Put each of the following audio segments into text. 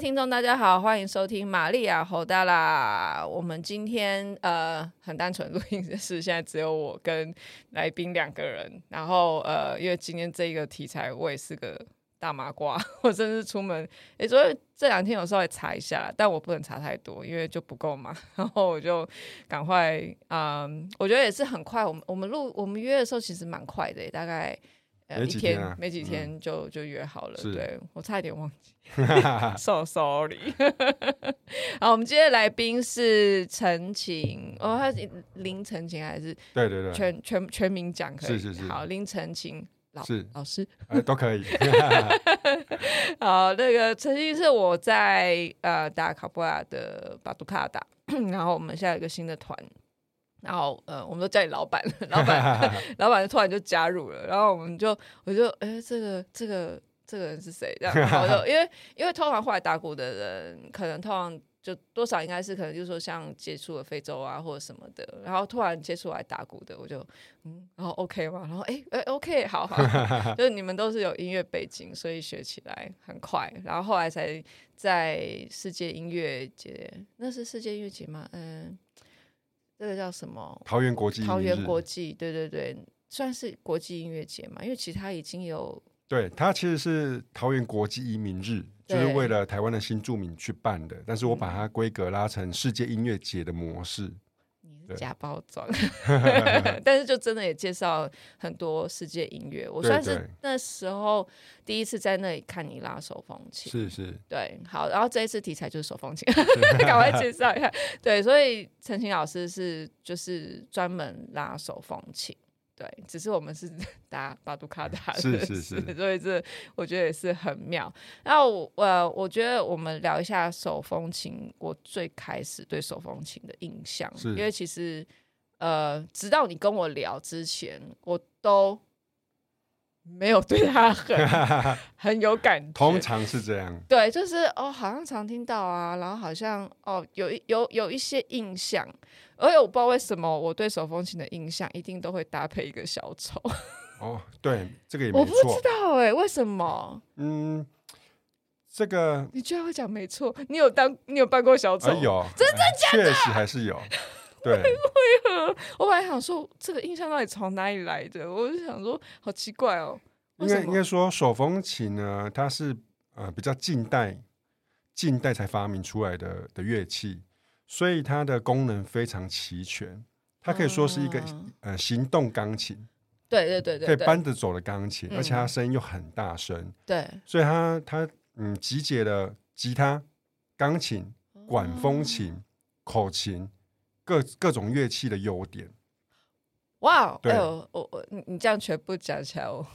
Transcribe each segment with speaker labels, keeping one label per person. Speaker 1: 听众大家好，欢迎收听玛利亚侯大啦。我们今天呃很单纯录音是现在只有我跟来宾两个人，然后呃因为今天这个题材我也是个大麻瓜， 我真是出门也所以这两天有稍微查一下，但我不能查太多，因为就不够嘛。 然后我就赶快嗯，我觉得也是很快，我们我们录我们约的时候其实蛮快的，大概。呃，
Speaker 2: 没
Speaker 1: 一
Speaker 2: 几
Speaker 1: 天
Speaker 2: 天啊
Speaker 1: 没几天就、就约好了，
Speaker 2: 是
Speaker 1: 对我差一点忘记。so sorry。好，我们今天的来宾是陈晴，哦，他是林陈晴还是
Speaker 2: 对对对，
Speaker 1: 全全全名讲可以？
Speaker 2: 是是是
Speaker 1: 好，林陈晴老
Speaker 2: 是
Speaker 1: 老师。
Speaker 2: 哎 都可以。
Speaker 1: 好，那个陈晴是我在呃打卡布拉的巴杜卡打， 然后我们现在有一个新的团。然后，呃，我们都叫你老板，老板， 老板就突然就加入了，然后我们就，我就，哎，这个，这个，这个人是谁？这样， 然后我就因为因为通常后来打鼓的人，可能通常就多少应该是可能就是说像接触了非洲啊或者什么的，然后突然接触来打鼓的，我就嗯，然后 OK 嘛，然后哎哎 OK，好好，就是你们都是有音乐背景，所以学起来很快，然后后来才在世界音乐节，那是世界音乐节吗？嗯，这个叫什么？
Speaker 2: 桃园国际音乐日，
Speaker 1: 桃园国际，对对对，算是国际音乐节嘛，因为其他已经有
Speaker 2: 对它其实是桃园国际移民日，
Speaker 1: 对嗯
Speaker 2: 就是为了台湾的新住民去办的，但是我把它规格拉成世界音乐节的模式。
Speaker 1: 你是
Speaker 2: 对
Speaker 1: 假包 装， 但是就真的也介绍很多世界音乐。我
Speaker 2: 对
Speaker 1: 算是
Speaker 2: 对
Speaker 1: 那时候第一次在那里看你拉手风琴，
Speaker 2: 是是，
Speaker 1: 对，好，然后这一次题材就是手风 琴，赶快介绍一下。对，所以陈晴老师是就是专门拉手风琴，对，只是我们是 打巴杜卡打的，
Speaker 2: 是是是
Speaker 1: 所以这我觉得也是很妙。然后我呃，我觉得我们聊一下手风琴，我最开始对手风琴的印象，
Speaker 2: 是
Speaker 1: 因为其实呃，直到你跟我聊之前，我都。没有对他很 很有感觉，
Speaker 2: 通常是这样。
Speaker 1: 对，就是哦，好像常听到啊，然后好像哦，有一有有一些印象，而且我不知道为什么我对手风琴的印象一定都会搭配一个小丑，
Speaker 2: 哦，对，这个也
Speaker 1: 我
Speaker 2: 没
Speaker 1: 不知
Speaker 2: 错。
Speaker 1: 道哎、为什么？
Speaker 2: 嗯，这个
Speaker 1: 你居然会讲没错？你有当你有扮过小丑？
Speaker 2: 哎。有，真的假的？确实还是有。对，
Speaker 1: 我本来想说这个印象到底从哪里来的，我就想说好奇怪哦，为
Speaker 2: 应
Speaker 1: 什
Speaker 2: 该应该
Speaker 1: 么？
Speaker 2: 说手风琴呢，它是呃比较近代近代才发明出来的的乐器，所以它的功能非常齐全。它可以说是一个、
Speaker 1: 嗯
Speaker 2: 呃行动钢琴，
Speaker 1: 对对对
Speaker 2: 可
Speaker 1: 对
Speaker 2: 以
Speaker 1: 对
Speaker 2: 搬着走的钢琴，
Speaker 1: 嗯
Speaker 2: 而且它声音又很大声，
Speaker 1: 对，
Speaker 2: 所以它它嗯集结了吉他、钢琴、管风琴、
Speaker 1: 嗯
Speaker 2: 口琴各各种乐器的优 点。
Speaker 1: 哇哦，
Speaker 2: 对
Speaker 1: 哎呦，我我你你这样全部讲起来， 我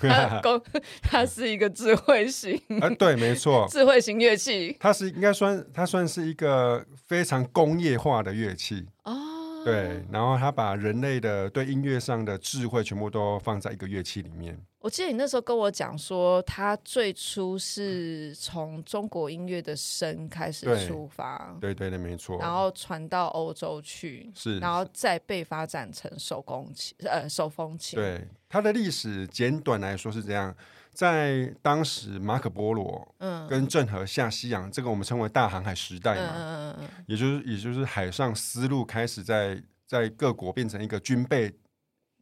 Speaker 1: 它公它是一个智慧型
Speaker 2: 啊，对，没错，
Speaker 1: 智慧型乐器
Speaker 2: 它是应该算它算是一个非常工业化的乐器，
Speaker 1: 哦，
Speaker 2: 对。然后它把人类的对音乐上的智慧全部都放在一个乐器里面，
Speaker 1: 我记得你那时候跟我讲说，他最初是从中国音乐的声开始
Speaker 2: 对
Speaker 1: 出发，
Speaker 2: 对对对，没错。
Speaker 1: 然后传到欧洲去，
Speaker 2: 是，
Speaker 1: 然后再被发展成手工琴，呃，手风琴。，
Speaker 2: 对它的历史简短来说是这样，在当时马可波罗
Speaker 1: 嗯
Speaker 2: 跟郑和下西洋，这个我们称为大航海时代
Speaker 1: 嗯
Speaker 2: 嘛，
Speaker 1: 嗯嗯嗯，
Speaker 2: 也就是也就是海上丝路开始在在各国变成一个军备。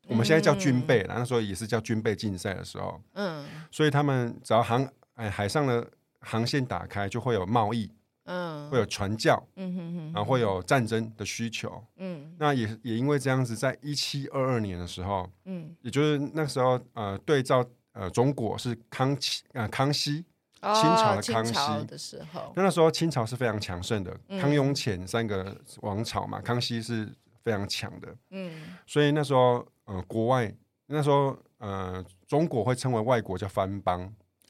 Speaker 2: 我们现在叫军备啦，那时候也是叫军备竞赛的时候，
Speaker 1: 嗯
Speaker 2: 所以他们只要航哎海上的航线打开，就会有贸易，
Speaker 1: 嗯，
Speaker 2: 会有传教，
Speaker 1: 嗯哼哼，
Speaker 2: 然后会有战争的需求。
Speaker 1: 嗯
Speaker 2: 那也也因为这样子，在一七二二年的时候，
Speaker 1: 嗯，
Speaker 2: 也就是那时候呃，对照呃中国是康熙呃康熙，
Speaker 1: 哦
Speaker 2: 清朝的
Speaker 1: 清
Speaker 2: 康熙
Speaker 1: 朝的时候，
Speaker 2: 那那时候清朝是非常强盛的，
Speaker 1: 嗯
Speaker 2: 康雍乾三个王朝嘛，康熙是非常强的，
Speaker 1: 嗯
Speaker 2: 所以那时候呃国外那时候呃中国会称为外国叫藩邦，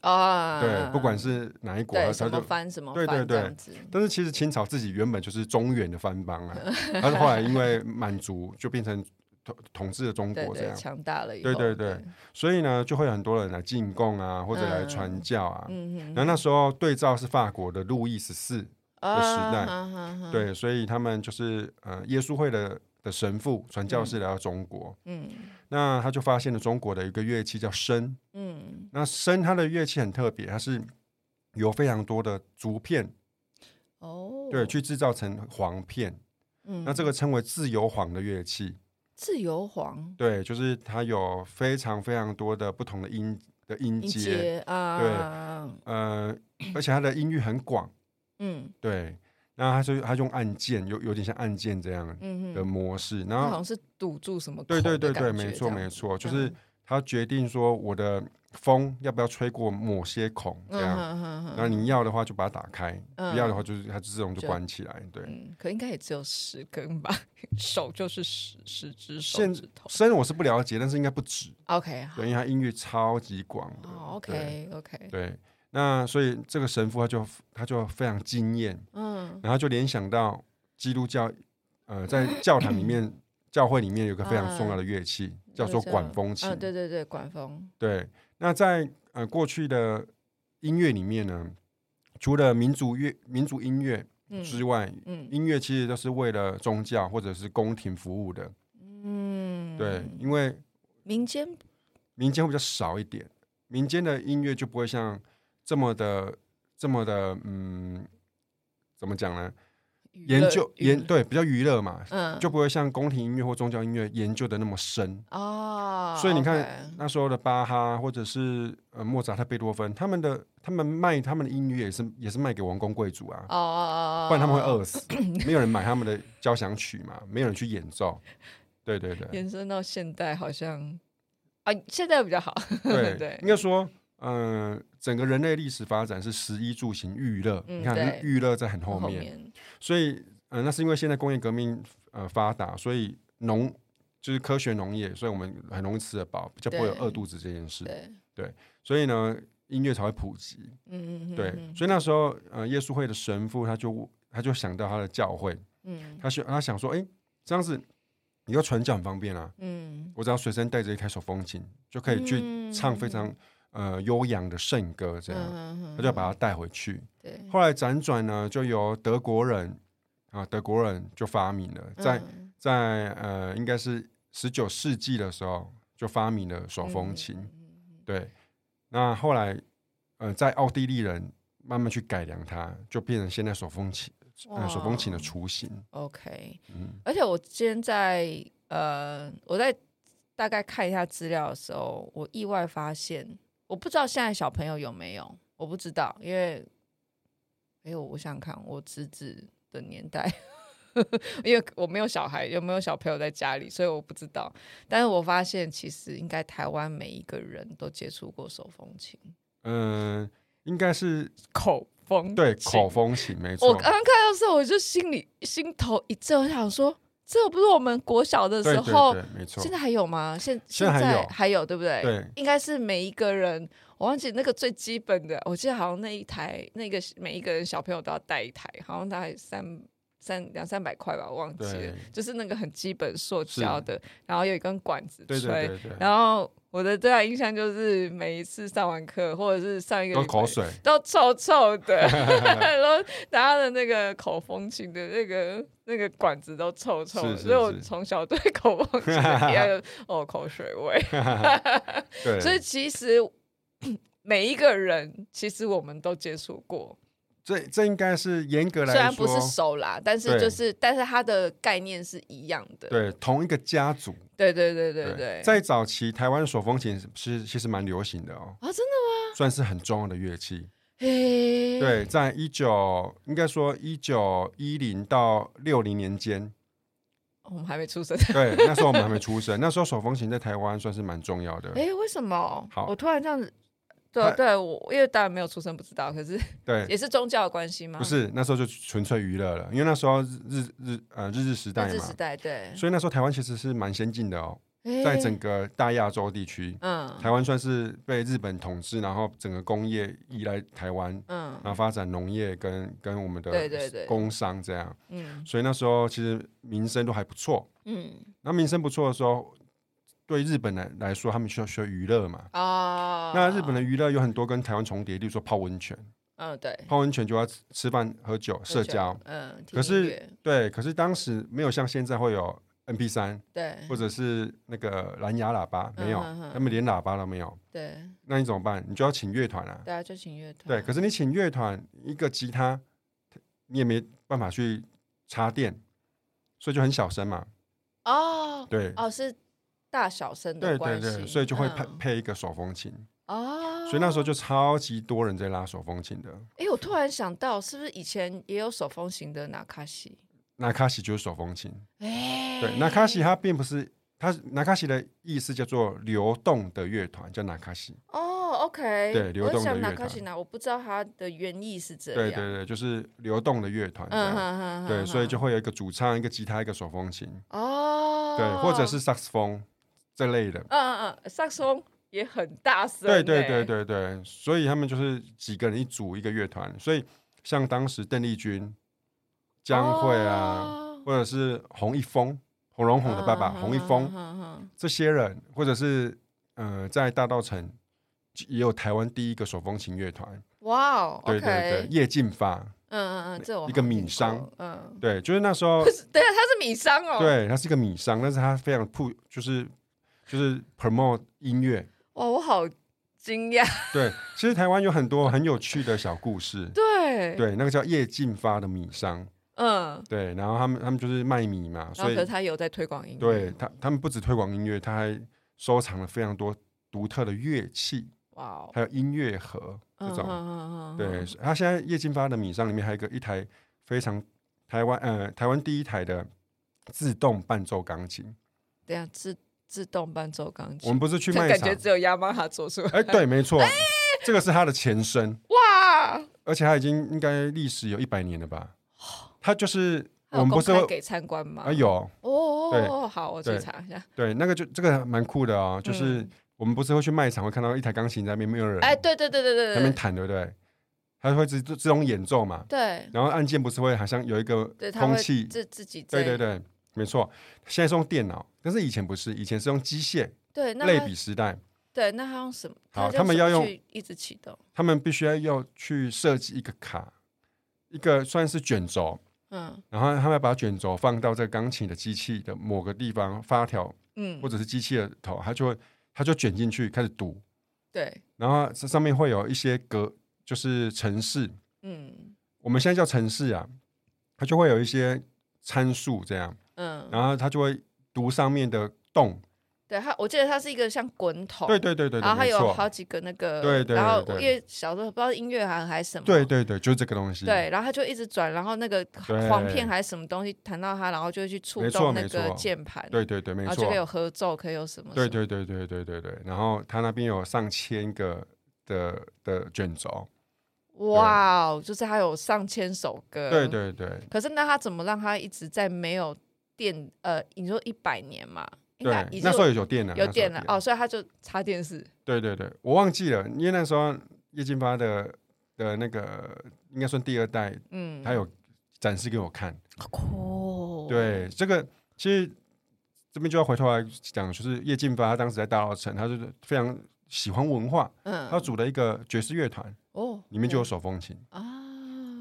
Speaker 1: 啊，
Speaker 2: 对，不管是哪一国，
Speaker 1: 对
Speaker 2: 它
Speaker 1: 什
Speaker 2: 就
Speaker 1: 么翻什么
Speaker 2: 对
Speaker 1: 翻
Speaker 2: 对
Speaker 1: 这
Speaker 2: 对
Speaker 1: 样子，
Speaker 2: 但是其实清朝自己原本就是中原的藩 邦啊，但是后来因为满族就变成统统治了中
Speaker 1: 对
Speaker 2: 国这
Speaker 1: 对，
Speaker 2: 样，
Speaker 1: 强大了以后，
Speaker 2: 对对对，所以呢就会有很多人来进贡啊，或者来传教啊。
Speaker 1: 嗯哼。
Speaker 2: 然后那时候对照是法国的路易十四，
Speaker 1: 啊，
Speaker 2: 时代
Speaker 1: 哈哈哈
Speaker 2: 对，所以他们就是呃耶稣会的的神父传教士来到中国，
Speaker 1: 嗯
Speaker 2: 那他就发现了中国的一个乐器叫笙。
Speaker 1: 嗯
Speaker 2: 那笙它的乐器很特别，它是有非常多的竹片，
Speaker 1: 哦，
Speaker 2: 对，去制造成簧片。
Speaker 1: 嗯
Speaker 2: 那这个称为自由簧的乐器，
Speaker 1: 自由黄
Speaker 2: 对，就是它有非常非常多的不同的音的音
Speaker 1: 音
Speaker 2: 阶，
Speaker 1: 阶啊，
Speaker 2: 呃，而且它的音域很广，
Speaker 1: 嗯
Speaker 2: 对。那它就它用按键，有有点像按键这样
Speaker 1: 嗯
Speaker 2: 的
Speaker 1: 嗯，
Speaker 2: 模式，然
Speaker 1: 它好
Speaker 2: 后
Speaker 1: 像是堵住什么
Speaker 2: 对
Speaker 1: 口
Speaker 2: 对
Speaker 1: 的
Speaker 2: 对对，
Speaker 1: 感觉
Speaker 2: 没错
Speaker 1: 这样
Speaker 2: 没
Speaker 1: 子
Speaker 2: 错，就
Speaker 1: 嗯
Speaker 2: 是它决定说我的风要不要吹过某些孔这样，
Speaker 1: 嗯哼哼
Speaker 2: 然后
Speaker 1: 哼，
Speaker 2: 啊你要的话就把它打开，
Speaker 1: 嗯
Speaker 2: 不要的话就是它就自动就
Speaker 1: 就
Speaker 2: 关起来。对，
Speaker 1: 嗯，可应该也只有十根吧，手就是十十只手
Speaker 2: 现
Speaker 1: 指头。
Speaker 2: 虽然我是不了解，但是应该不止，
Speaker 1: OK，好
Speaker 2: 对，因为它音域超级广的。
Speaker 1: 哦
Speaker 2: 对
Speaker 1: ，OK OK，
Speaker 2: 对，那所以这个神父他就他就非常惊艳，
Speaker 1: 嗯，
Speaker 2: 然后就联想到基督教，呃，在教堂里面。 教会里面有一个非常重要的乐器，叫做管风琴。
Speaker 1: 嗯，对对对，管风，
Speaker 2: 对，那在呃过去的音乐里面呢，除了民族乐、民族音乐
Speaker 1: 嗯
Speaker 2: 之外，
Speaker 1: 嗯
Speaker 2: 音乐其实都是为了宗教或者是宫廷服务的。
Speaker 1: 嗯，
Speaker 2: 对，，因为
Speaker 1: 民间
Speaker 2: 民间会比较少一点，民间的音乐就不会像这么的、这么的，嗯，怎么讲呢？
Speaker 1: 娱
Speaker 2: 研
Speaker 1: 乐
Speaker 2: 究
Speaker 1: 娱
Speaker 2: 研
Speaker 1: 乐
Speaker 2: 对比较娱乐嘛，
Speaker 1: 嗯
Speaker 2: 就不会像宫廷音乐或宗教音乐研究的那么深。
Speaker 1: 哦，
Speaker 2: 所以你看
Speaker 1: OK，
Speaker 2: 那时候的巴哈或者是呃莫扎特、贝多芬，他们的他们卖他们的音乐也是也是卖给王公贵族啊，
Speaker 1: 哦哦哦，
Speaker 2: 不然他们会
Speaker 1: 哦
Speaker 2: 饿死，没有人买他们的交响曲嘛，没有人去演奏。对对对
Speaker 1: 延伸到现代好像啊，现在比较好。
Speaker 2: 对
Speaker 1: 对
Speaker 2: 应该说，嗯、整个人类历史发展是食衣住行娱乐，
Speaker 1: 嗯
Speaker 2: 你看
Speaker 1: 对
Speaker 2: 娱乐在很后面，
Speaker 1: 面
Speaker 2: 所以呃那是因为现在工业革命呃发达，所以农就是科学农业，所以我们很容易吃得饱，就不会有
Speaker 1: 对
Speaker 2: 饿肚子这件事，
Speaker 1: 对，
Speaker 2: 所以呢音乐才会普及。
Speaker 1: 嗯嗯，
Speaker 2: 对，
Speaker 1: 嗯
Speaker 2: 所以那时候呃，耶稣会的神父他就他就想到他的教会，
Speaker 1: 嗯
Speaker 2: 他想他想说，哎，这样子以后传教很方便啊，
Speaker 1: 嗯，
Speaker 2: 我只要随身带着一台手风琴，就可以去
Speaker 1: 嗯
Speaker 2: 唱非常、呃悠扬的圣歌，这样、
Speaker 1: 嗯，
Speaker 2: 他就把它带回去。
Speaker 1: 对
Speaker 2: 后来辗转呢，就由德国人啊，德国人就发明了，在、
Speaker 1: 嗯
Speaker 2: 在呃，应该是十九世纪的时候就发明了手风琴。
Speaker 1: 嗯
Speaker 2: 对，那后来呃，在奥地利人慢慢去改良它，就变成现在手风琴呃手风琴的
Speaker 1: 嗯哇哦
Speaker 2: 雏形。
Speaker 1: OK，
Speaker 2: 嗯
Speaker 1: 而且我今天在呃，我在大概看一下资料的时候，我意外发现，我不知道现在小朋友有没有，我不知道，因为，哎呦，我想想看，我侄子的年代， 因为我没有小孩，有没有小朋友在家里，所以我不知道。但是我发现，其实应该台湾每一个人都接触过手风琴、
Speaker 2: 嗯、呃应该是
Speaker 1: 口风琴哦
Speaker 2: 对口风琴没
Speaker 1: 我
Speaker 2: 错
Speaker 1: 刚，刚看到的时候，我就心里心头一震，我想说，这不是我们国小的
Speaker 2: 对
Speaker 1: 时
Speaker 2: 对
Speaker 1: 候
Speaker 2: 对，没错
Speaker 1: 现。在还有吗？现
Speaker 2: 现在还
Speaker 1: 在
Speaker 2: 有
Speaker 1: 还有对不对？
Speaker 2: 对，
Speaker 1: 应该是每一个人，我忘记那个最基本的，我记得好像那一台，那个每一个人小朋友都要带一台，好像大概三三两三百块吧，我忘记了
Speaker 2: 对，
Speaker 1: 就是那个很基本塑胶的，然后有一根管子
Speaker 2: 对
Speaker 1: 吹，
Speaker 2: 对对对，
Speaker 1: 然后我的对他印象就是每一次上完课或者是上一个
Speaker 2: 都
Speaker 1: 礼拜
Speaker 2: 口水。
Speaker 1: 都臭臭的， 然后大家的那个口风琴的那个那个管子都臭臭的，
Speaker 2: 是是
Speaker 1: 所以我
Speaker 2: 是
Speaker 1: 从小对口风琴 的也有哦口水味。
Speaker 2: 对，
Speaker 1: 所以其实每一个人，其实我们都接触过，
Speaker 2: 这这应该是严格
Speaker 1: 虽
Speaker 2: 来
Speaker 1: 然
Speaker 2: 说
Speaker 1: 不是手啦，但是
Speaker 2: 对
Speaker 1: 就是但是它的概念是一样的。
Speaker 2: 对同一个家族。
Speaker 1: 对对对对对，
Speaker 2: 在早期台湾手风琴是其实蛮流行的哦，
Speaker 1: 啊真的
Speaker 2: 算是很重要的乐器。
Speaker 1: 嘿，
Speaker 2: 对，在一九应该说一九一零到六零年间，
Speaker 1: 哦我们还没出生。
Speaker 2: 对，那时候我们还没出生，那时候手风琴在台湾算是蛮重要的。
Speaker 1: 哎，为什么？
Speaker 2: 好
Speaker 1: 我突然这样子。对
Speaker 2: 它
Speaker 1: 对，我因为当然没有出生不知道，可是
Speaker 2: 对，
Speaker 1: 也是宗教的关系吗？
Speaker 2: 不是那时候就纯粹娱乐了，因为那时候日日日呃日治时代
Speaker 1: 哦日治
Speaker 2: 嘛
Speaker 1: 时，代，对，
Speaker 2: 所以那时候台湾其实是蛮先进的哦，在整个大亚洲地区，
Speaker 1: 嗯
Speaker 2: 台湾算是被日本统治，然后整个工业移来台湾，然
Speaker 1: 嗯
Speaker 2: 后发展农业跟跟我们
Speaker 1: 对对对
Speaker 2: 的工商这样，
Speaker 1: 嗯
Speaker 2: 所以那时候其实民生都还不错。
Speaker 1: 嗯
Speaker 2: 那民生不错的时候，对日本来来说，他们需要需要娱乐嘛。
Speaker 1: 啊，
Speaker 2: 那日本的娱乐有很多跟台湾重叠，例如说泡温泉，
Speaker 1: 嗯对
Speaker 2: 泡温泉就要吃吃饭、喝酒、社交。
Speaker 1: 嗯，
Speaker 2: 可
Speaker 1: 听音
Speaker 2: 是
Speaker 1: 乐
Speaker 2: 对，可是当时没有像现在会有 MP 三
Speaker 1: 对
Speaker 2: 或者是那个蓝牙喇叭，没有，
Speaker 1: 嗯哼哼
Speaker 2: 他们连喇叭都没有，
Speaker 1: 对，
Speaker 2: 那你怎么办？你就要请乐团啊。
Speaker 1: 大家就请乐团，
Speaker 2: 对，可是你请乐团一个吉他，你也没办法去插电，所以就很小声嘛。
Speaker 1: 哦
Speaker 2: 对，
Speaker 1: 哦是大小声的
Speaker 2: 对
Speaker 1: 关
Speaker 2: 对
Speaker 1: 系，
Speaker 2: 对，所以就会配、
Speaker 1: 嗯
Speaker 2: 配一个手风琴，
Speaker 1: 哦，
Speaker 2: 所以那时候就超级多人在拉手风琴的。
Speaker 1: 哎、我突然想到，是不是以前也有手风琴的纳卡西？
Speaker 2: 纳卡西就是手风琴，
Speaker 1: 哎、
Speaker 2: 对，纳卡西它并不是。它纳卡西的意思叫做流动的乐团，叫纳卡西。
Speaker 1: 哦，OK，
Speaker 2: 对流
Speaker 1: 我
Speaker 2: 动的
Speaker 1: 想
Speaker 2: 乐
Speaker 1: 纳卡
Speaker 2: 团
Speaker 1: 西呢，我不知道它的原意是这样，
Speaker 2: 对对对，就是流动的乐团这
Speaker 1: 嗯
Speaker 2: 样。
Speaker 1: 哼哼哼，
Speaker 2: 对，所以
Speaker 1: 哼
Speaker 2: 就会有一个主唱、一个吉他、一个手风琴，
Speaker 1: 哦，
Speaker 2: 对，或者是萨克斯风这类的。
Speaker 1: 嗯嗯嗯，萨克斯风也很大声、
Speaker 2: 对对对
Speaker 1: 欸，
Speaker 2: 对对，所以他们就是几个人一组一个乐团，所以像当时邓丽君、江蕙啊，
Speaker 1: 哦，
Speaker 2: 或者是洪一峰、洪荣宏的爸爸
Speaker 1: 嗯
Speaker 2: 洪一峰，
Speaker 1: 哼哼
Speaker 2: 这些人，或者是呃，在大道城也有台湾第一个手风琴乐团，
Speaker 1: 哇哦
Speaker 2: 对
Speaker 1: ，OK，
Speaker 2: 对对，叶进发，
Speaker 1: 嗯嗯嗯，这我好
Speaker 2: 一个
Speaker 1: 像
Speaker 2: 米
Speaker 1: 听过
Speaker 2: 商，
Speaker 1: 嗯，
Speaker 2: 对，就是那时候
Speaker 1: 不是，等一下他是米商哦，，
Speaker 2: 对，他是一个米商，但是他非常 p 就是就是 promote 音乐。
Speaker 1: 哇，我好惊讶，。
Speaker 2: 对，其实台湾有很多很有趣的小故事
Speaker 1: 对，
Speaker 2: 对，那个叫叶进发的米商，
Speaker 1: 嗯，
Speaker 2: 对，然后他们他们就是卖米嘛，
Speaker 1: 然后
Speaker 2: 所
Speaker 1: 可是
Speaker 2: 以
Speaker 1: 他有在推广音乐，
Speaker 2: 对，他他们不止推广音乐，他还收藏了非常多独特的乐器，
Speaker 1: 哇哦，
Speaker 2: 还有音乐盒这
Speaker 1: 嗯
Speaker 2: 种。
Speaker 1: 嗯嗯嗯，
Speaker 2: 对
Speaker 1: 嗯，
Speaker 2: 他现在叶进发的米商里面还有一个一台非常台湾呃台湾第一台的自动伴奏钢琴。
Speaker 1: 等一下自自动伴奏钢
Speaker 2: 我们
Speaker 1: 琴，
Speaker 2: 不是去
Speaker 1: 这
Speaker 2: 卖
Speaker 1: 感
Speaker 2: 场
Speaker 1: 觉，只有雅马哈做出来，
Speaker 2: 哎，对，没错，这个是它的前身。
Speaker 1: 哇，
Speaker 2: 而且它已经应该历史有一百年了吧？它就是
Speaker 1: 哦还
Speaker 2: 我
Speaker 1: 有
Speaker 2: 们不
Speaker 1: 公
Speaker 2: 是
Speaker 1: 开
Speaker 2: 会
Speaker 1: 给参观吗？
Speaker 2: 啊有
Speaker 1: 哦哦，
Speaker 2: 对
Speaker 1: 哦好，我去
Speaker 2: 对
Speaker 1: 查一下，
Speaker 2: 对那个就这个蛮酷的哦，就是
Speaker 1: 嗯
Speaker 2: 我们不是会去卖场会看到一台钢琴在那边没有人，
Speaker 1: 哎，对对对对
Speaker 2: 在
Speaker 1: 对
Speaker 2: 那
Speaker 1: 对
Speaker 2: 边弹对不对？它会自自动演奏嘛，
Speaker 1: 对
Speaker 2: 然后按键不是会好像有一个
Speaker 1: 对，他
Speaker 2: 空
Speaker 1: 会
Speaker 2: 气，
Speaker 1: 自自己在
Speaker 2: 对对对，没错。现在是用电脑，但是以前不是，以前是用机械
Speaker 1: 对，那
Speaker 2: 类
Speaker 1: 他
Speaker 2: 比时代，
Speaker 1: 对，那他用什么？
Speaker 2: 好
Speaker 1: 就
Speaker 2: 他们
Speaker 1: 手
Speaker 2: 要用
Speaker 1: 去一直启动，
Speaker 2: 他们必须要要去设计一个卡，一个算是卷轴，
Speaker 1: 嗯
Speaker 2: 然后他们要把卷轴放到这个钢琴的机器的某个地方发条，
Speaker 1: 嗯
Speaker 2: 或，者是机器的头，它就会它就卷进去开始读，
Speaker 1: 对，
Speaker 2: 然后这上面会有一些格，就是程式，
Speaker 1: 嗯
Speaker 2: 我们现在叫程式啊，它就会有一些参数这样，
Speaker 1: 嗯，
Speaker 2: 然后它就会读上面的洞，
Speaker 1: 对，它我记得它是一个像滚筒，
Speaker 2: 对对对对
Speaker 1: 哦然后
Speaker 2: 对，
Speaker 1: 它
Speaker 2: 没
Speaker 1: 有
Speaker 2: 错，
Speaker 1: 好几个那个，
Speaker 2: 对对
Speaker 1: 然后
Speaker 2: 对对
Speaker 1: 因为小时候不知道音乐行还是什么，
Speaker 2: 对对对，就是这个东西，
Speaker 1: 对，然后它就一直转，然后那个
Speaker 2: 对
Speaker 1: 簧片还是什么东西弹到它，然后就会去触
Speaker 2: 没
Speaker 1: 动
Speaker 2: 错
Speaker 1: 那
Speaker 2: 没
Speaker 1: 个
Speaker 2: 错
Speaker 1: 键盘，
Speaker 2: 对对对，没
Speaker 1: 然后就
Speaker 2: 错
Speaker 1: 啊可以，有合奏，可以有什么，
Speaker 2: 对，对对对对对对，然后它那边有上千个的的卷轴，
Speaker 1: 哇哦，就是它有上千首歌，
Speaker 2: 对。对对。
Speaker 1: 可是那它怎么让它一直在没有电？呃，你说一百年嘛，应
Speaker 2: 对
Speaker 1: 该已，经
Speaker 2: 那时候有电啊了，那时
Speaker 1: 有
Speaker 2: 候有
Speaker 1: 电了哦，所以他就插电视。
Speaker 2: 对对对，我忘记了，因为那时候叶金发的的那个应该算第二代，
Speaker 1: 嗯，
Speaker 2: 他有展示给我看。
Speaker 1: 酷。
Speaker 2: 对，这个其实这边就要回头来讲，就是叶金发他当时在大稻城，他就是非常喜欢文化，
Speaker 1: 嗯，
Speaker 2: 他组了一个爵士乐团，
Speaker 1: 哦，
Speaker 2: 里面就有手风琴。
Speaker 1: 啊，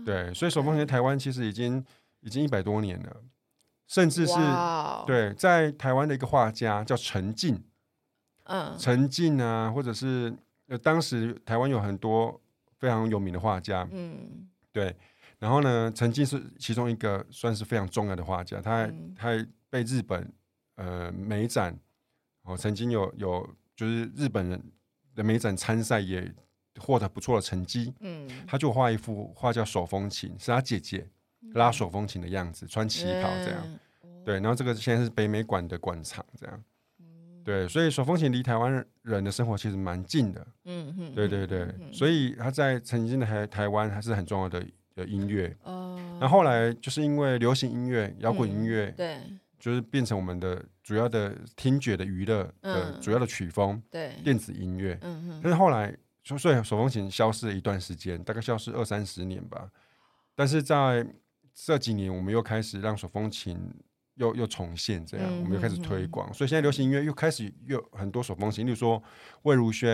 Speaker 2: 对，所以手风琴在台湾其实已经已经一百多年了，甚至是
Speaker 1: 哇哦，
Speaker 2: 对，在台湾的一个画家叫陈进，
Speaker 1: 嗯
Speaker 2: 陈进啊，或者是呃，当时台湾有很多非常有名的画家，
Speaker 1: 嗯
Speaker 2: 对。然后呢，陈进是其中一个算是非常重要的画家，他还、
Speaker 1: 嗯
Speaker 2: 他还被日本呃美展哦，曾经有有就是日本人的美展参赛也获得不错的成绩。
Speaker 1: 嗯，
Speaker 2: 他就画一幅画叫手风琴，是他姐姐拉手风琴的样子，穿旗袍这样。
Speaker 1: 嗯。
Speaker 2: 对，然后这个现在是北美馆的馆藏这样。
Speaker 1: 嗯
Speaker 2: 对，所以手风琴离台湾人的生活其实蛮近的。
Speaker 1: 嗯嗯，
Speaker 2: 对对对，所
Speaker 1: 以
Speaker 2: 以他在曾经的台台湾还是很重要的的音乐。
Speaker 1: 哦，嗯
Speaker 2: 然后后来就是因为流行音乐、摇滚音乐，
Speaker 1: 对
Speaker 2: 就是变成我们的主要的听觉的娱乐的
Speaker 1: 嗯
Speaker 2: 主要的曲风，
Speaker 1: 对，
Speaker 2: 电子音乐。
Speaker 1: 嗯嗯，
Speaker 2: 但是后来，就所以手风琴消失了一段时间，大概消失二三十年吧。但是在这几年，我们又开始让手风琴又又重现，这样、
Speaker 1: 嗯
Speaker 2: 我们又开始推广。所以现在流行音乐又开始又很多手风琴，例如说魏如萱、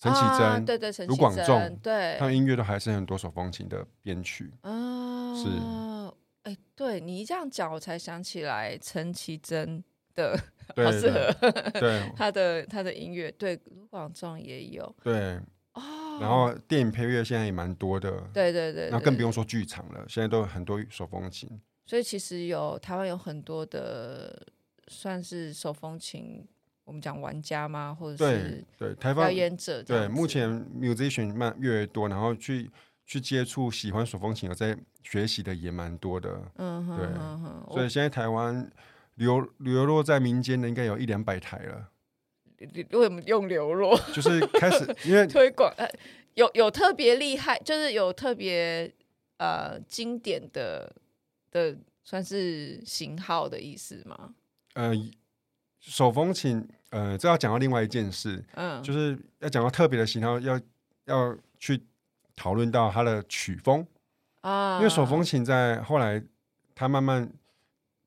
Speaker 2: 陈绮贞，
Speaker 1: 啊对对，陈
Speaker 2: 卢
Speaker 1: 绮
Speaker 2: 广
Speaker 1: 贞
Speaker 2: 仲
Speaker 1: 对
Speaker 2: 他，们音乐都还是很多手风琴的编曲。
Speaker 1: 啊，
Speaker 2: 是
Speaker 1: 哎，对你一这样讲，我才想起来陈绮贞的，
Speaker 2: 对
Speaker 1: 好适合
Speaker 2: 对
Speaker 1: 他的他的音乐，对，卢广仲也有
Speaker 2: 对，
Speaker 1: 哦。
Speaker 2: 然后电影配乐现在也蛮多的，
Speaker 1: 对对对，
Speaker 2: 那更不
Speaker 1: 对，
Speaker 2: 用说剧场了，现在都有很多手风琴。
Speaker 1: 所以其实有台湾有很多的算是手风琴，我们讲玩家吗，或者
Speaker 2: 对
Speaker 1: 是
Speaker 2: 对，台
Speaker 1: 表
Speaker 2: 湾
Speaker 1: 演者这样
Speaker 2: 对
Speaker 1: 子？
Speaker 2: 目前 musician 慢越来越多，然后去去接触喜欢手风琴有在学习的也蛮多的，
Speaker 1: 嗯哼
Speaker 2: 对
Speaker 1: 哼哼，
Speaker 2: 所以现在台湾流流落在民间的应该有一两百台了，
Speaker 1: 我为什么用流落？
Speaker 2: 就是 开始因为
Speaker 1: 推广，呃，有有特别厉害，就是有特别呃经典的的，算是型号的意思吗？
Speaker 2: 呃手风琴呃这要讲到另外一件事，
Speaker 1: 嗯，
Speaker 2: 就是要讲到特别的型号，要要去讨论到它的曲风，
Speaker 1: 啊，
Speaker 2: 因为手风琴在后来它慢慢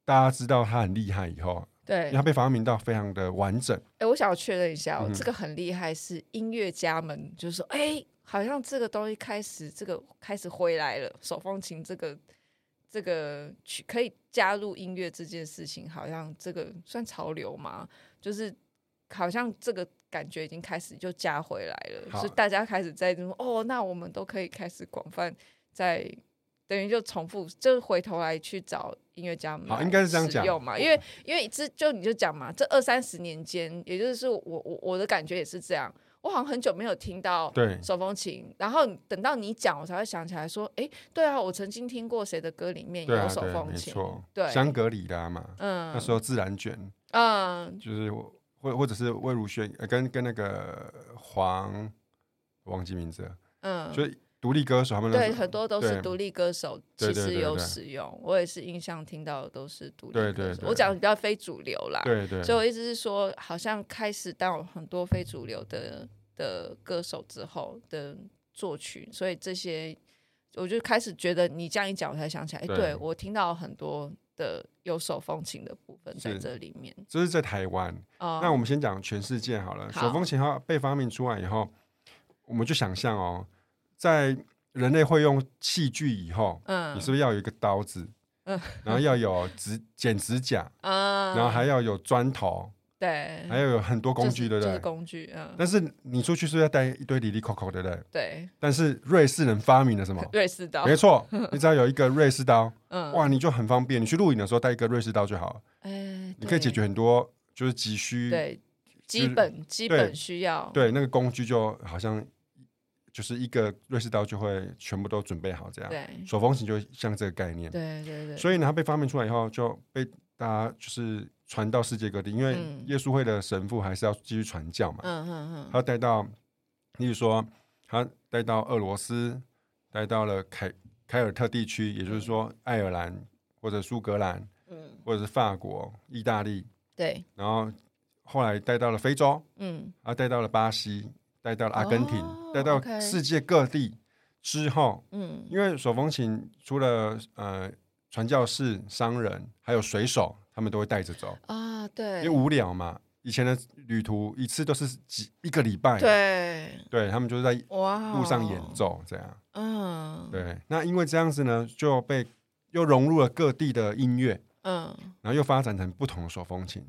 Speaker 2: 大家知道它很厉害以后，
Speaker 1: 对
Speaker 2: 因为，它被发明到非常的完整。
Speaker 1: 哎，我想要确认一下、哦，
Speaker 2: 嗯
Speaker 1: 这个很厉害，是音乐家们就是说，哎，好像这个东西开始，这个开始回来了，手风琴这个这个曲可以加入音乐这件事情，好像这个算潮流吗？就是好像这个感觉已经开始就加回来了，
Speaker 2: 好
Speaker 1: 是大家开始在这种哦，那我们都可以开始广泛在。等于就重复，就回头来去找音乐家们
Speaker 2: 好
Speaker 1: 来
Speaker 2: 应该是这样
Speaker 1: 使
Speaker 2: 讲
Speaker 1: 用嘛，因为因为这就你就讲嘛，这二三十年间，也就是我我我的感觉也是这样，我好像很久没有听到
Speaker 2: 对
Speaker 1: 手风琴，然后等到你讲，我才会想起来说，诶，对啊，我曾经听过谁的歌里面
Speaker 2: 对啊，
Speaker 1: 有手
Speaker 2: 对啊，
Speaker 1: 风
Speaker 2: 没
Speaker 1: 琴，
Speaker 2: 错，
Speaker 1: 对
Speaker 2: 香格里拉嘛，那
Speaker 1: 嗯
Speaker 2: 时候自然卷
Speaker 1: 嗯，
Speaker 2: 就是我或或者是魏如萱，呃跟跟那个黄忘记名字了，
Speaker 1: 嗯，
Speaker 2: 所以独立歌手他们那时
Speaker 1: 对，
Speaker 2: 候
Speaker 1: 很多都是
Speaker 2: 对
Speaker 1: 独立歌手，
Speaker 2: 对
Speaker 1: 其
Speaker 2: 对
Speaker 1: 实
Speaker 2: 对
Speaker 1: 有
Speaker 2: 对
Speaker 1: 使用，我也是印象听到的都是独立歌
Speaker 2: 对
Speaker 1: 手，
Speaker 2: 对对
Speaker 1: 我讲的比较非主流啦，
Speaker 2: 对对
Speaker 1: 所以我意思是说，好像开始当有很多非主流的的歌手之后的作曲，所以这些我就开始觉得你这样一讲，我才想起来，哎，
Speaker 2: 对
Speaker 1: 对我听到很多的有手风琴的部分在
Speaker 2: 是
Speaker 1: 这里面。
Speaker 2: 这是在台湾。
Speaker 1: 哦，
Speaker 2: 那我们先讲全世界好了。
Speaker 1: 好
Speaker 2: 手风琴号被发明出来以后，我们就想象哦，在人类会用器具以后，
Speaker 1: 嗯
Speaker 2: 你是不是要有一个刀子？
Speaker 1: 嗯
Speaker 2: 然后要有指剪指甲，
Speaker 1: 啊，
Speaker 2: 然后还要有砖头，
Speaker 1: 对，
Speaker 2: 还要有很多工具，
Speaker 1: 就
Speaker 2: 对
Speaker 1: 是嗯
Speaker 2: 不
Speaker 1: 就是
Speaker 2: 对？
Speaker 1: 工具，嗯，
Speaker 2: 但是你出去是不是要带一堆里里扣扣，对不对？
Speaker 1: 对，？
Speaker 2: 但是瑞士人发明了什么
Speaker 1: 瑞士刀
Speaker 2: 没， 错，你只要有一个瑞士刀，
Speaker 1: 嗯，
Speaker 2: 哇，你就很方便。你去露营的时候带一个瑞士刀就好了，
Speaker 1: 哎，
Speaker 2: 你可以解决很多就是急需。
Speaker 1: 对
Speaker 2: 就
Speaker 1: 基
Speaker 2: 是
Speaker 1: 本基
Speaker 2: 对
Speaker 1: 本需要，
Speaker 2: 对，那个工具就好像就是一个瑞士刀就会全部都准备好这样。
Speaker 1: 对
Speaker 2: 手风琴就像这个概念，
Speaker 1: 对对对，
Speaker 2: 啊所以呢，它被发明出来以后就被大家就是传到世界各地，因为
Speaker 1: 嗯
Speaker 2: 耶稣会的神父还是要继续传教嘛，
Speaker 1: 嗯嗯嗯，
Speaker 2: 他带到，例如说，他带到俄罗斯，带到了凯凯尔特地区，也就是说爱尔兰或者苏格兰，
Speaker 1: 嗯，
Speaker 2: 或者是法国、意大利，
Speaker 1: 对，
Speaker 2: 然后后来带到了非洲，
Speaker 1: 嗯。
Speaker 2: 啊，带到了巴西，带到了阿根廷，
Speaker 1: 哦
Speaker 2: 带到
Speaker 1: OK
Speaker 2: 世界各地之后，
Speaker 1: 嗯
Speaker 2: 因为手风琴除了呃传教士、商人，还有水手，他们都会带着走，
Speaker 1: 啊，对
Speaker 2: 因为，无聊嘛。以前的旅途一次都是几一个礼拜，
Speaker 1: 对，
Speaker 2: 对他们就是在
Speaker 1: 哇，哦
Speaker 2: 路上演，奏这样。
Speaker 1: 嗯，，
Speaker 2: 对，那因为这样子呢，就被又融入了各地的音乐，
Speaker 1: 嗯，
Speaker 2: 然后又发展成不同的手风琴，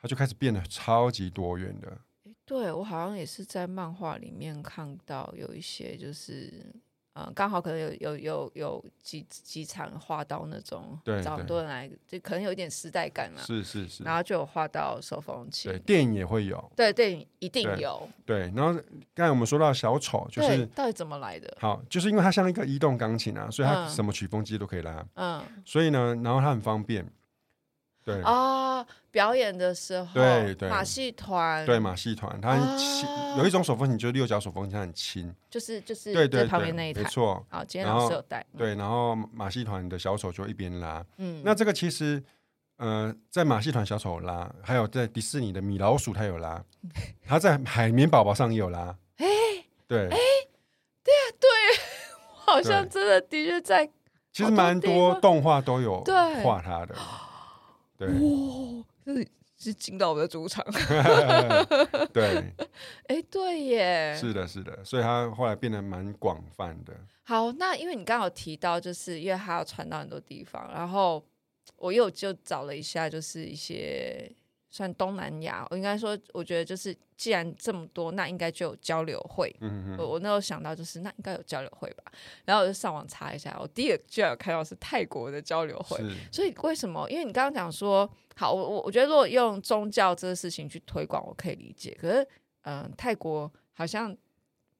Speaker 2: 它就开始变得超级多元的。
Speaker 1: 对我好像也是在漫画里面看到有一些就是。嗯，刚好可能有有有有几几场画到那种，
Speaker 2: 对
Speaker 1: 找很
Speaker 2: 对
Speaker 1: 多人来，就可能有一点时代感啦、
Speaker 2: 是是
Speaker 1: 嗯
Speaker 2: 是，
Speaker 1: 然后就有画到手风琴
Speaker 2: 对，，电影也会有。
Speaker 1: 对电影一定
Speaker 2: 对
Speaker 1: 有，
Speaker 2: 对，然后刚才我们说到小丑，就
Speaker 1: 对，
Speaker 2: 是
Speaker 1: 到底怎么来的？
Speaker 2: 好，就是因为它像一个移动钢琴啊，所以它
Speaker 1: 嗯
Speaker 2: 什么曲风机都可以拉，
Speaker 1: 嗯
Speaker 2: 所以呢，然后它很方便。对、
Speaker 1: 啊，表演的时候，
Speaker 2: 对对
Speaker 1: 马戏团，
Speaker 2: 对，，马戏团它很轻，
Speaker 1: 哦
Speaker 2: 有一种手风琴就是六角手风琴，它很轻。
Speaker 1: 就是就是
Speaker 2: 对对
Speaker 1: 最旁
Speaker 2: 对，
Speaker 1: 边那一台
Speaker 2: 没，错。
Speaker 1: 好，今天
Speaker 2: 然
Speaker 1: 老师
Speaker 2: 后
Speaker 1: 有带，嗯，
Speaker 2: 对，然后马戏团的小丑就一边拉，
Speaker 1: 嗯，
Speaker 2: 那这个其实，呃，在马戏团小丑拉，还有在迪士尼的米老鼠他 有拉，他在海绵宝宝上也有拉。哎、对，
Speaker 1: 好像真的的确在
Speaker 2: 其
Speaker 1: 哦
Speaker 2: 实蛮多动画都有
Speaker 1: 对
Speaker 2: 画他的。对
Speaker 1: 哇，这是进到我们的主 场。
Speaker 2: 对，
Speaker 1: 哎，对耶，
Speaker 2: 是的，是的，所以他后来变得蛮广泛的。
Speaker 1: 好，那因为你刚好提到，就是因为它要传到很多地方，然后我又就找了一下，就是一些算东南亚，我应该说，我觉得就是既然这么多，那应该就有交流会。
Speaker 2: 嗯
Speaker 1: 我
Speaker 2: 嗯
Speaker 1: 我那时候想到就是那应该有交流会吧，然后我就上网查一下，我第一个居然有看到是泰国的交流会，
Speaker 2: 嗯，
Speaker 1: 所以为什么？因为你刚刚讲说，好，我我我觉得如果用宗教这个事情去推广，我可以理解。可是，嗯、泰国好像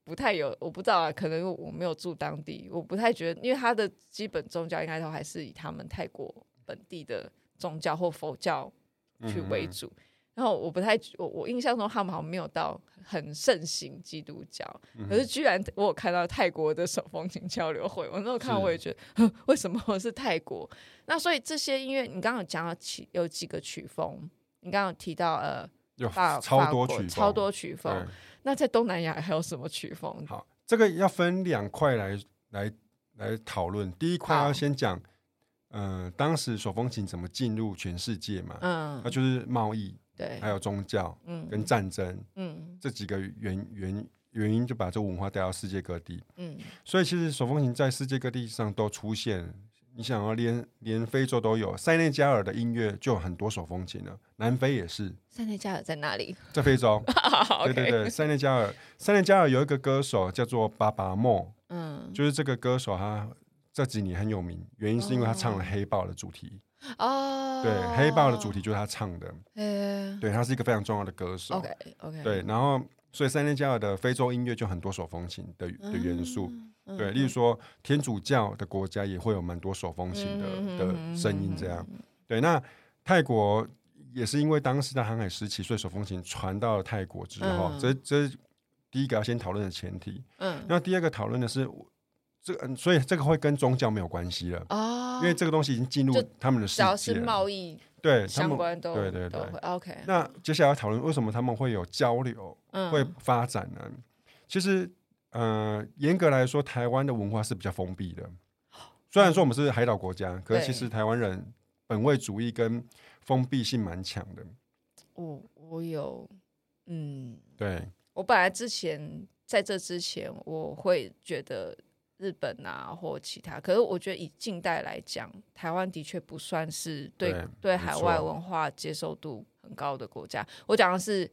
Speaker 1: 不太有，我不知道啊，可能我没有住当地，我不太觉得，因为它的基本宗教应该都还是以他们泰国本地的宗教或佛教
Speaker 2: 是
Speaker 1: 去为。主。然后我不太，我我印象中他们好像没有到很盛行基督教，
Speaker 2: 嗯
Speaker 1: 可是居然我有看到泰国的手风琴交流会，我那时候看到
Speaker 2: 是
Speaker 1: 我也觉得，呵为什么是泰国？那所以这些音乐，你刚刚有讲到几有几个曲风，你刚刚有提到呃，
Speaker 2: 有
Speaker 1: 法
Speaker 2: 超
Speaker 1: 法
Speaker 2: 多
Speaker 1: 国
Speaker 2: 曲风，
Speaker 1: 超多曲
Speaker 2: 对
Speaker 1: 风。。那在东南亚还有什么曲风？
Speaker 2: 好，这个要分两块来来来讨论。第一块
Speaker 1: 好
Speaker 2: 要先讲，呃，当时手风琴怎么进入全世界嘛？
Speaker 1: 嗯
Speaker 2: 那，就是贸易，
Speaker 1: 对
Speaker 2: 还，有宗教
Speaker 1: 嗯
Speaker 2: 跟战争
Speaker 1: 嗯
Speaker 2: 这几个原原原因，就把这文化带到世界各地。
Speaker 1: 嗯
Speaker 2: 所以其实手风琴在世界各地上都出现。你想要连连非洲都有，塞内加尔的音乐就有很多手风琴了，南非也是，
Speaker 1: 塞内加尔在哪 里？
Speaker 2: 在非洲，对
Speaker 1: OK，
Speaker 2: 对对，塞内加尔，塞内加尔有一个歌手叫做巴巴莫，
Speaker 1: 嗯，
Speaker 2: 就是这个歌手他这几年很有名，原因是因为他唱了
Speaker 1: 哦
Speaker 2: 《黑豹》的主题，
Speaker 1: 哦，
Speaker 2: 对，《黑豹》的主题就是他唱的，
Speaker 1: 呃
Speaker 2: 对，他是一个非常重要的歌手，
Speaker 1: ，OK OK，
Speaker 2: 对，然后所以塞内加尔的非洲音乐就很多手风琴的的元素，
Speaker 1: 嗯，
Speaker 2: 对，例如说天主教的国家也会有蛮多手风琴
Speaker 1: 嗯
Speaker 2: 的的声音这样，，对，那泰国也是因为当时的航海时期，所以手风琴传到了泰国之后，
Speaker 1: 嗯
Speaker 2: 这这是第一个要先讨论的前提。
Speaker 1: 嗯嗯嗯嗯嗯
Speaker 2: 那第二个讨论的是这个，嗯所以这个会跟宗教没有关系了，
Speaker 1: 哦，
Speaker 2: 因为这个东西已经进入
Speaker 1: 就
Speaker 2: 他们的
Speaker 1: 只
Speaker 2: 世
Speaker 1: 要
Speaker 2: 界
Speaker 1: 是
Speaker 2: 了。
Speaker 1: 贸易
Speaker 2: 对，他
Speaker 1: 相
Speaker 2: 们
Speaker 1: 关都
Speaker 2: 对对
Speaker 1: 都
Speaker 2: 对
Speaker 1: 会 OK，
Speaker 2: 那接下来要讨论为什么他们会有交流、
Speaker 1: 嗯
Speaker 2: 会发展呢？其实，呃，严格来说，台湾的文化是比较封闭的。虽然说我们是海岛国家，可是其
Speaker 1: 对
Speaker 2: 实台湾人本位主义跟封闭性蛮强的。
Speaker 1: 我我有，嗯，
Speaker 2: 对，
Speaker 1: 我本来之前在这之前，我会觉得日本啊或其他，可是我觉得以近代来讲，台湾的确不算是对
Speaker 2: 对
Speaker 1: 对
Speaker 2: 没
Speaker 1: 海外
Speaker 2: 错
Speaker 1: 文化接受度很高的国家。我讲的是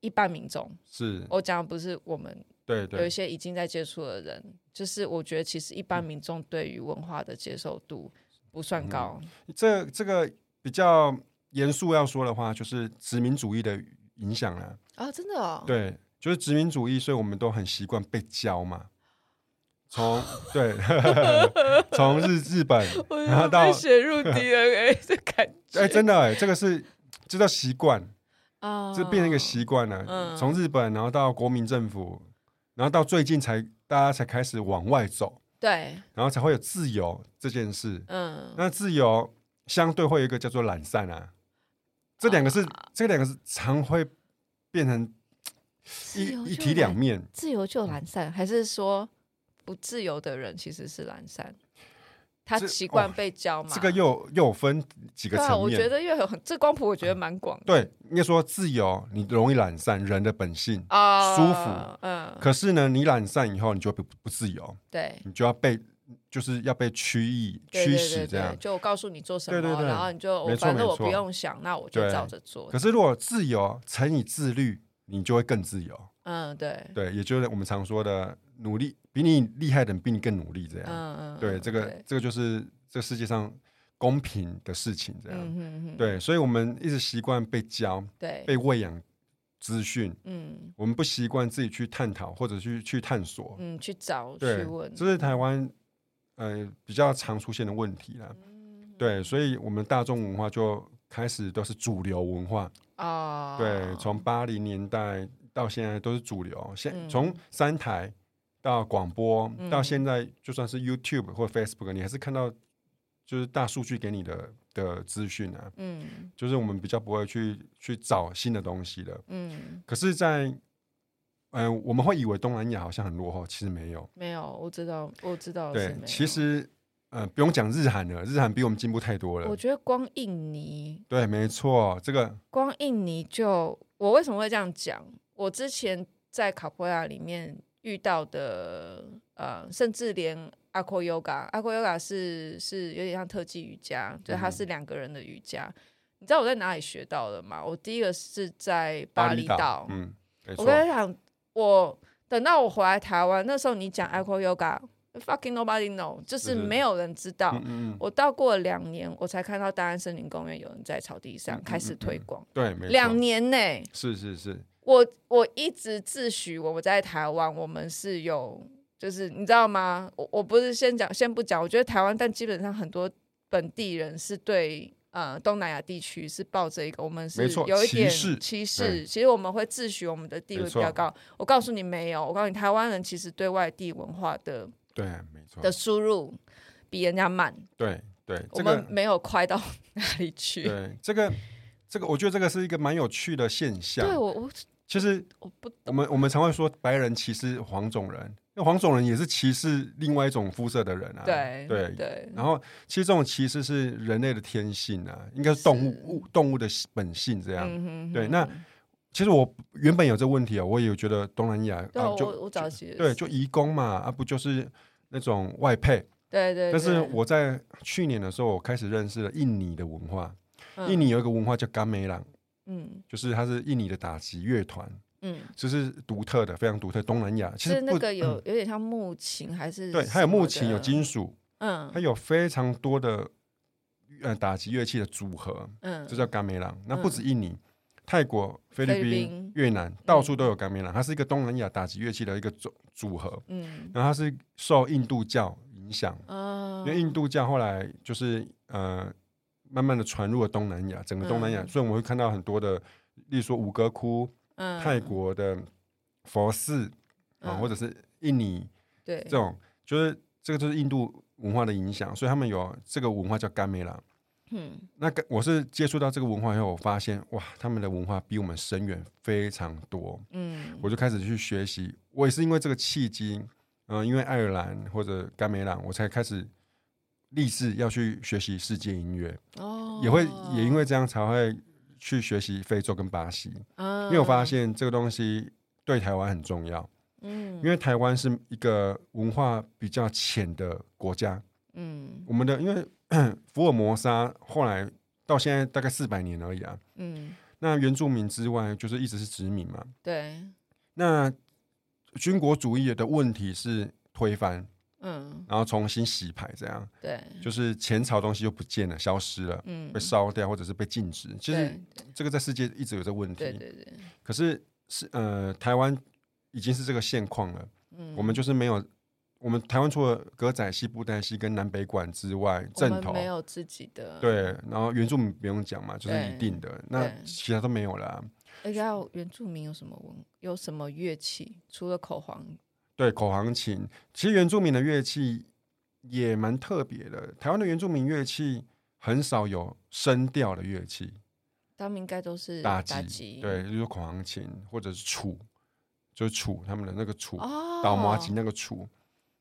Speaker 1: 一般民众，
Speaker 2: 是，
Speaker 1: 我讲的不是我们哦
Speaker 2: 对
Speaker 1: 有一
Speaker 2: 对
Speaker 1: 些已经在接触的人，就是我觉得其实一般民众对于文化的接受度不
Speaker 2: 嗯
Speaker 1: 算高。
Speaker 2: 这这个比较严肃要说的话，就是殖民主义的影响啦、
Speaker 1: 啊，真的哦，
Speaker 2: 对，就是殖民主义，所以我们都很习惯被教嘛。 从对， 从日日本，
Speaker 1: 我
Speaker 2: 然后到
Speaker 1: 哎被写入 DNA 的感觉，
Speaker 2: 哎，真的哎，这个是这叫习惯，
Speaker 1: 啊
Speaker 2: 这变成一个习惯了。
Speaker 1: 嗯
Speaker 2: 从日本，然后到国民政府，然后到最近才大家才开始往外走，
Speaker 1: 对，
Speaker 2: 然后才会有自由这件事。
Speaker 1: 嗯，
Speaker 2: 那自由相对会有一个叫做懒散啊，这两个是、
Speaker 1: 啊
Speaker 2: 这两个是常会变成
Speaker 1: 自由
Speaker 2: 一一
Speaker 1: 就
Speaker 2: 体两
Speaker 1: 懒，
Speaker 2: 面。
Speaker 1: 自由就懒散，还是说不自由的人其实是懒散？他
Speaker 2: 这
Speaker 1: 习
Speaker 2: 哦
Speaker 1: 惯被教嘛？
Speaker 2: 这个又又有分几个
Speaker 1: 对啊，
Speaker 2: 层
Speaker 1: 我觉
Speaker 2: 面。
Speaker 1: 得又有很这光谱，我觉得蛮广的
Speaker 2: 对，应该说自由，你容易懒散，人的本性。
Speaker 1: 啊，
Speaker 2: 舒服，
Speaker 1: 嗯，
Speaker 2: 可是呢，你懒散以后，你就不不自由，
Speaker 1: 对。
Speaker 2: 你就要被就是要被驱役
Speaker 1: 对
Speaker 2: 驱
Speaker 1: 对
Speaker 2: 使
Speaker 1: 对
Speaker 2: 这样
Speaker 1: 对，。就我告诉你做什么，
Speaker 2: 对对对
Speaker 1: 然后你就
Speaker 2: 没
Speaker 1: 我
Speaker 2: 错
Speaker 1: 反正
Speaker 2: 没
Speaker 1: 我不
Speaker 2: 错
Speaker 1: 用想，那我就
Speaker 2: 对
Speaker 1: 照着做
Speaker 2: 可。是如果自由乘以自律，你就会更自由。
Speaker 1: 嗯，对，
Speaker 2: 对，也就是我们常说的努力，比你厉害的人比你更努力这样。
Speaker 1: 嗯嗯，
Speaker 2: 啊对，
Speaker 1: 嗯
Speaker 2: 这个这个就是这世界上公平的事情，这样、
Speaker 1: 嗯嗯嗯，
Speaker 2: 对，所啊以我们一直习惯被教、
Speaker 1: 对，
Speaker 2: 被喂养资讯，
Speaker 1: 嗯
Speaker 2: 我们不习惯自己去探讨或者去去探索，
Speaker 1: 嗯，去找去
Speaker 2: 对
Speaker 1: 问，，
Speaker 2: 这是台湾呃比较常出现的问题
Speaker 1: 嗯
Speaker 2: 啦。对，所以我们大众文化就开始都是主流文化，
Speaker 1: 啊，
Speaker 2: 对，从八零年代到现在都是主流，现
Speaker 1: 嗯
Speaker 2: 从三台到广播，到
Speaker 1: 嗯
Speaker 2: 现在就算是 YouTube 或 Facebook，你还是看到就是大数据给你的的资讯啊，
Speaker 1: 嗯
Speaker 2: 就是我们比较不会去去找新的东西的。
Speaker 1: 嗯，
Speaker 2: 可是在，嗯、我们会以为东南亚好像很落后，其实没有。
Speaker 1: 没有，我知道，我知道哦是
Speaker 2: 对
Speaker 1: 没，有，
Speaker 2: 其实呃，不用讲日韩了，日韩比我们进步太多
Speaker 1: 我
Speaker 2: 了。
Speaker 1: 觉得光印尼，
Speaker 2: 对，没错，这个
Speaker 1: 光印尼就我为什么会这样讲？我之前在卡普亚里面遇到的，呃，甚至连阿 q Yoga，阿 q Yoga 是是有点像特技瑜伽，就它
Speaker 2: 嗯
Speaker 1: 是两个人的瑜伽。你知道我在哪里学到的吗？我第一个是在巴厘岛，
Speaker 2: 嗯，没
Speaker 1: 我
Speaker 2: 错，
Speaker 1: 跟你讲，我等到我回来台湾，那时候你讲 a q u a Yoga，fucking nobody know，就是
Speaker 2: 是
Speaker 1: 没有人知道。
Speaker 2: 嗯嗯，嗯
Speaker 1: 我到过了两年，我才看到大安森林公园有人在草地
Speaker 2: 嗯
Speaker 1: 上开始推广。
Speaker 2: 对，没错，
Speaker 1: 两年呢、
Speaker 2: 是是是，
Speaker 1: 我我一直自诩我们在台湾，我们是有，就是你知道吗？我我不是先讲，先不讲，我觉得台湾，但基本上很多本地人是对呃东南亚地区是抱着一个我们是
Speaker 2: 没错
Speaker 1: 有一点
Speaker 2: 歧视
Speaker 1: 歧
Speaker 2: 对
Speaker 1: 视，其实我们会自诩我们的地位
Speaker 2: 没
Speaker 1: 比
Speaker 2: 错
Speaker 1: 较高。我告诉你没有，我告诉你，台湾人其实对外地文化的
Speaker 2: 对，没错
Speaker 1: 的，输入比人家慢，
Speaker 2: 对对，
Speaker 1: 我
Speaker 2: 嗯这
Speaker 1: 们
Speaker 2: 个
Speaker 1: 没有快到 哪里去。
Speaker 2: 对这个这个，我觉得这个是一个蛮有趣的现象。
Speaker 1: 对我我
Speaker 2: 其实
Speaker 1: 我不
Speaker 2: 我们我们常会说白人歧视黄种人，那黄种人也是歧视另外一种肤色的人啊。
Speaker 1: 对
Speaker 2: 对。
Speaker 1: 对
Speaker 2: 然后，其实这种歧视是人类的天性啊，应该是动物物动物的本性这样。
Speaker 1: 嗯哼
Speaker 2: 对那其实我原本有这问题啊，我也有觉得东南亚
Speaker 1: 对啊
Speaker 2: 啊，
Speaker 1: 我
Speaker 2: 就
Speaker 1: 我早期也
Speaker 2: 对
Speaker 1: 是
Speaker 2: 就移工嘛，啊不就是那种外配。
Speaker 1: 对对，
Speaker 2: 但是
Speaker 1: 对
Speaker 2: 我在去年的时候，我开始认识了印尼的文化。印，尼有一个文化叫甘美朗，
Speaker 1: 嗯
Speaker 2: 就是它是印尼的打击乐团，
Speaker 1: 嗯嗯，
Speaker 2: 就是独特的，非常独特。东南亚其实
Speaker 1: 是那
Speaker 2: 不嗯
Speaker 1: 个有有点像木琴还是
Speaker 2: 对，
Speaker 1: 什
Speaker 2: 它有木
Speaker 1: 么
Speaker 2: 琴，有
Speaker 1: 的，
Speaker 2: 金属，它
Speaker 1: 嗯
Speaker 2: 有非常多的呃打击乐器的组合，
Speaker 1: 嗯，
Speaker 2: 这叫甘美朗。那不止印尼、泰国、菲律
Speaker 1: 菲律
Speaker 2: 宾
Speaker 1: 宾、
Speaker 2: 越南，到处都有甘美朗。它是一个东南亚打击乐器的一个组组合，
Speaker 1: 嗯
Speaker 2: 然后它是受印度教影响，
Speaker 1: 啊
Speaker 2: 因，为印度教后来就是呃，慢慢的传入了东南亚，整个东南亚，
Speaker 1: 嗯
Speaker 2: 所以我们会看到很多的，例如说吴哥窟、
Speaker 1: 嗯
Speaker 2: 泰国的佛寺啊、
Speaker 1: 嗯
Speaker 2: 或者是印尼
Speaker 1: 对
Speaker 2: 这种，就是这个就是印度文化的影响，所以他们有这个文化叫甘美朗。
Speaker 1: 嗯
Speaker 2: 那个我是接触到这个文化以后，我发现哇，他们的文化比我们深远非常多。
Speaker 1: 嗯
Speaker 2: 我就开始去学习。我也是因为这个契机，嗯、因为爱尔兰或者甘美朗，我才开始立志要去学习世界音乐，
Speaker 1: 哦，
Speaker 2: 也会也因为这样才会去学习非洲跟巴西，
Speaker 1: 嗯，
Speaker 2: 因
Speaker 1: 因
Speaker 2: 为我发现这个东西对台湾很重要，
Speaker 1: 嗯
Speaker 2: 因为台湾是一个文化比较浅的国家，
Speaker 1: 嗯
Speaker 2: 我们的因为 福尔摩沙后来到现在大概四百年而已啊。
Speaker 1: 嗯
Speaker 2: 那原住民之外，就是一直是殖民嘛。
Speaker 1: 对
Speaker 2: 那军国主义的问题是推翻，
Speaker 1: 嗯
Speaker 2: 然后重新洗牌，这样
Speaker 1: 对
Speaker 2: 就是前朝东西就不见了，消失了，
Speaker 1: 嗯
Speaker 2: 被烧掉或者是被禁止。其实
Speaker 1: 对
Speaker 2: 这个在世界一直有这问
Speaker 1: 对
Speaker 2: 题，
Speaker 1: 对对，
Speaker 2: 可是是呃，台湾已经是这个现况了，
Speaker 1: 嗯
Speaker 2: 我们就是没有。我们台湾除了歌仔戏、布袋戏跟南北管之外，
Speaker 1: 我
Speaker 2: 正
Speaker 1: 们
Speaker 2: 头
Speaker 1: 没有自己的，
Speaker 2: 对，然后原住民不用讲嘛，就是
Speaker 1: 对
Speaker 2: 一定的。那
Speaker 1: 对
Speaker 2: 其他都没有了啊、
Speaker 1: 而且还有哎原住民有什么文有什么乐器，除了口簧，
Speaker 2: 对，口簧琴。其实原住民的乐器也蛮特别的，台湾的原住民乐器很少有声调的乐器，
Speaker 1: 他们应该都是
Speaker 2: 打击，
Speaker 1: 击，
Speaker 2: 对，就是口簧琴或者是杵，就是杵，他们的那个杵，
Speaker 1: 哦，
Speaker 2: 倒麻吉那个杵，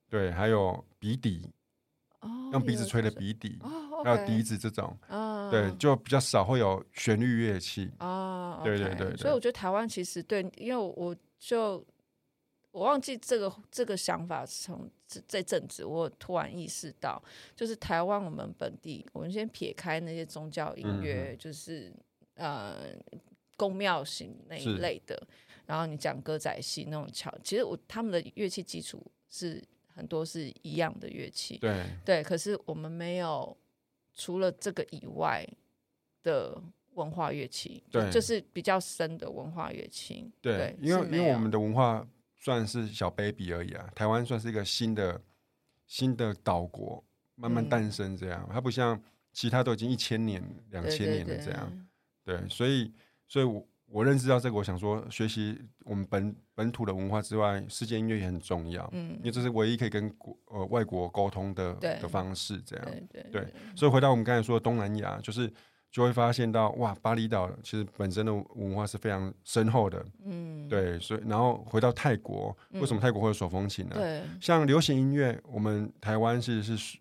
Speaker 2: 对，还有鼻笛，
Speaker 1: 哦，
Speaker 2: 用鼻子
Speaker 1: 有
Speaker 2: 吹的
Speaker 1: 这
Speaker 2: 鼻笛，
Speaker 1: 哦，
Speaker 2: 还有
Speaker 1: OK
Speaker 2: 笛子这种，
Speaker 1: 啊，
Speaker 2: 对，就比较少会有旋律乐器。
Speaker 1: 啊，
Speaker 2: 对
Speaker 1: OK
Speaker 2: 对对对
Speaker 1: 所以我觉得台湾其实对，因为我就我忘记这个这个想法是从这这阵子，我突然意识到，就是台湾我们本地，我们先撇开那些宗教音
Speaker 2: 嗯
Speaker 1: 乐，就是呃宫庙型那一
Speaker 2: 是
Speaker 1: 类的，然后你讲歌仔戏那种桥，其实我他们的乐器基础是很多是一样的乐器，
Speaker 2: 对，
Speaker 1: 对，可是我们没有除了这个以外的文化乐器，就
Speaker 2: 对
Speaker 1: 就是比较深的文化乐器。
Speaker 2: 对，因
Speaker 1: 是
Speaker 2: 为
Speaker 1: 没
Speaker 2: 因为我
Speaker 1: 有
Speaker 2: 们的文化算是小 baby 而已啊，台湾算是一个新的新的岛国，慢慢
Speaker 1: 嗯
Speaker 2: 诞生这样，它不像其他都已经一千年、两
Speaker 1: 对
Speaker 2: 千
Speaker 1: 对
Speaker 2: 年了
Speaker 1: 对
Speaker 2: 这样，对，所以所以我我认识到这个，我想说，学习我们本本土的文化之外，世界音乐也很重要，
Speaker 1: 嗯
Speaker 2: 因为，这是唯一可以跟国呃外国沟通的
Speaker 1: 对
Speaker 2: 的方式这样。
Speaker 1: 对对
Speaker 2: 对，所以回到我们刚才说的东南亚，就是就会发现到哇，巴厘岛其实本身的文化是非常深厚的，
Speaker 1: 嗯，
Speaker 2: 对，所以然后回到泰国，为什么泰国会有手风琴呢？
Speaker 1: 对，
Speaker 2: 像流行音乐，我们台湾其实是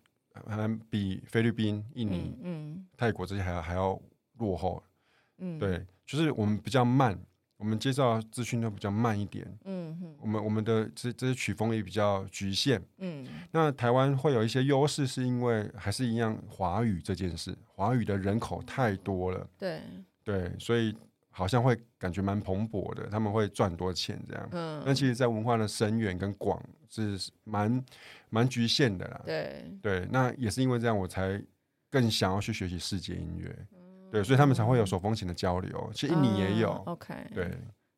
Speaker 2: 还比菲律宾、印尼、
Speaker 1: 嗯嗯
Speaker 2: 泰国这些还要还要落后。
Speaker 1: 嗯，
Speaker 2: 对，就是我们比较慢，我们介绍资讯都比较慢一点，
Speaker 1: 嗯哼
Speaker 2: 我们我们的这这些曲风也比较局限。
Speaker 1: 嗯
Speaker 2: 那台湾会有一些优势，是因为还是一样华语这件事，华语的人口太多了，
Speaker 1: 对
Speaker 2: 对，所以好像会感觉蛮蓬勃的，他们会赚很多钱这样。
Speaker 1: 嗯
Speaker 2: 那其实，在文化的深远跟广是蛮蛮局限的啦。
Speaker 1: 对
Speaker 2: 对，那也是因为这样，我才更想要去学习世界音乐。
Speaker 1: 嗯
Speaker 2: 对，所以他们才会有手风琴的交流，其实印尼也有。
Speaker 1: 啊 OK
Speaker 2: 对，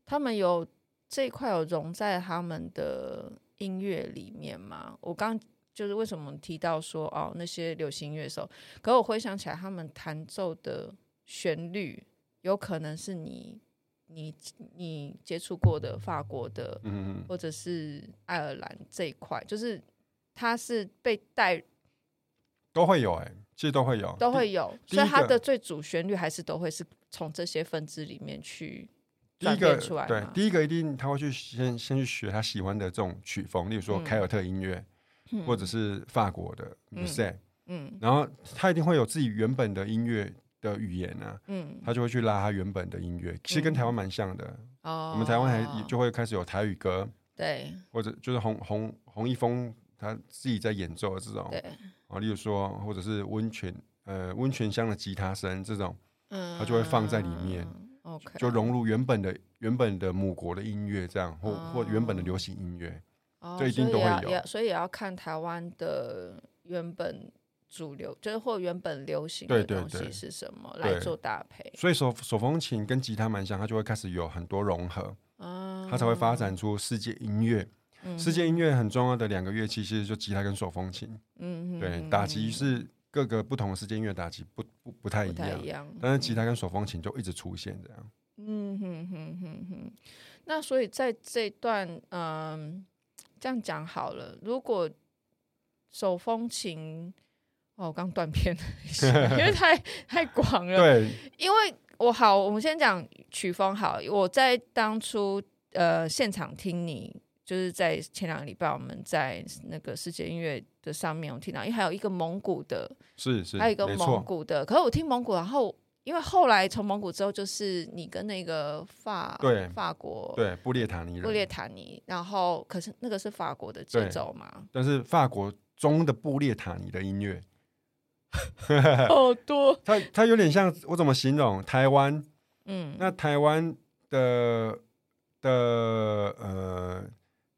Speaker 1: 他们有这一块有融在他们的音乐里面吗？我刚就是为什么提到说哦那些流行乐手，可我回想起来，他们弹奏的旋律有可能是你你你接触过的法国的
Speaker 2: 嗯，
Speaker 1: 或者是爱尔兰这一块，就是它是被带
Speaker 2: 都会有哎、其实都会有，
Speaker 1: 都会有，
Speaker 2: 第
Speaker 1: 所以
Speaker 2: 一
Speaker 1: 它
Speaker 2: 个
Speaker 1: 的最主旋律还是都会是从这些分支里面去
Speaker 2: 第一
Speaker 1: 转
Speaker 2: 个
Speaker 1: 变出来
Speaker 2: 对
Speaker 1: 嘛，
Speaker 2: 第一个一定他会去先先去学他喜欢的这种曲风，例如说
Speaker 1: 嗯
Speaker 2: 凯尔特音乐、
Speaker 1: 嗯
Speaker 2: 或者是法国的 m u s i
Speaker 1: 嗯
Speaker 2: 然后他一定会有自己原本的音乐的语言啊，
Speaker 1: 嗯
Speaker 2: 他就会去拉他原本的音乐，其实跟
Speaker 1: 嗯
Speaker 2: 台湾蛮像的。
Speaker 1: 哦，
Speaker 2: 我们台湾还就会开始有台语歌，
Speaker 1: 对
Speaker 2: 或者就是洪洪洪一峰他自己在演奏的这种
Speaker 1: 对，
Speaker 2: 啊，例如说或者是温泉呃温泉乡的吉他声这种，
Speaker 1: 嗯，
Speaker 2: 它就会放在里面
Speaker 1: ，OK，
Speaker 2: 就融入原本的原本的母国的音乐这样，或、或原本的流行音乐。
Speaker 1: 哦
Speaker 2: 这一定
Speaker 1: 所以
Speaker 2: 都会
Speaker 1: 也要
Speaker 2: 有
Speaker 1: 也要所以也要看台湾的原本主流，就是或原本流行
Speaker 2: 对
Speaker 1: 的
Speaker 2: 对
Speaker 1: 东西
Speaker 2: 对
Speaker 1: 是什么
Speaker 2: 对
Speaker 1: 来做搭配
Speaker 2: 所以手手风琴跟吉他蛮像，它就会开始有很多融合，
Speaker 1: 啊，
Speaker 2: 它才会发展出世界音乐。
Speaker 1: 嗯
Speaker 2: 世界音乐很重要的两个乐器，其实就吉他跟手风琴。
Speaker 1: 嗯
Speaker 2: 对，打击是各个不同的世界音乐打击不不不太
Speaker 1: 不
Speaker 2: 一
Speaker 1: 太
Speaker 2: 样
Speaker 1: 一，样，
Speaker 2: 但是吉他跟手风琴就一直出现这样。
Speaker 1: 嗯哼哼哼哼，那所以在这段，嗯，这样讲好了。如果手风琴，哦，我刚断片了 一下，因为 太太广了。
Speaker 2: 对，
Speaker 1: 因为我好，我们先讲曲风好。我在当初呃现场听你，就是在前两个礼拜我们在那个世界音乐的上面，我听到，因为还有一个蒙古的，
Speaker 2: 是是，
Speaker 1: 还有一个
Speaker 2: 没
Speaker 1: 蒙
Speaker 2: 错，
Speaker 1: 古的。可是我听蒙古，然后因为后来从蒙古之后，就是你跟那个法
Speaker 2: 对
Speaker 1: 法国
Speaker 2: 对，布列塔尼
Speaker 1: 布列
Speaker 2: 人，
Speaker 1: 塔尼，然后可是那个是法国的节
Speaker 2: 对
Speaker 1: 奏 嘛，
Speaker 2: 但是法国中的布列塔尼的音乐，
Speaker 1: 好多，
Speaker 2: 它它有点像我怎么形容台湾？
Speaker 1: 嗯，
Speaker 2: 那台湾的的呃，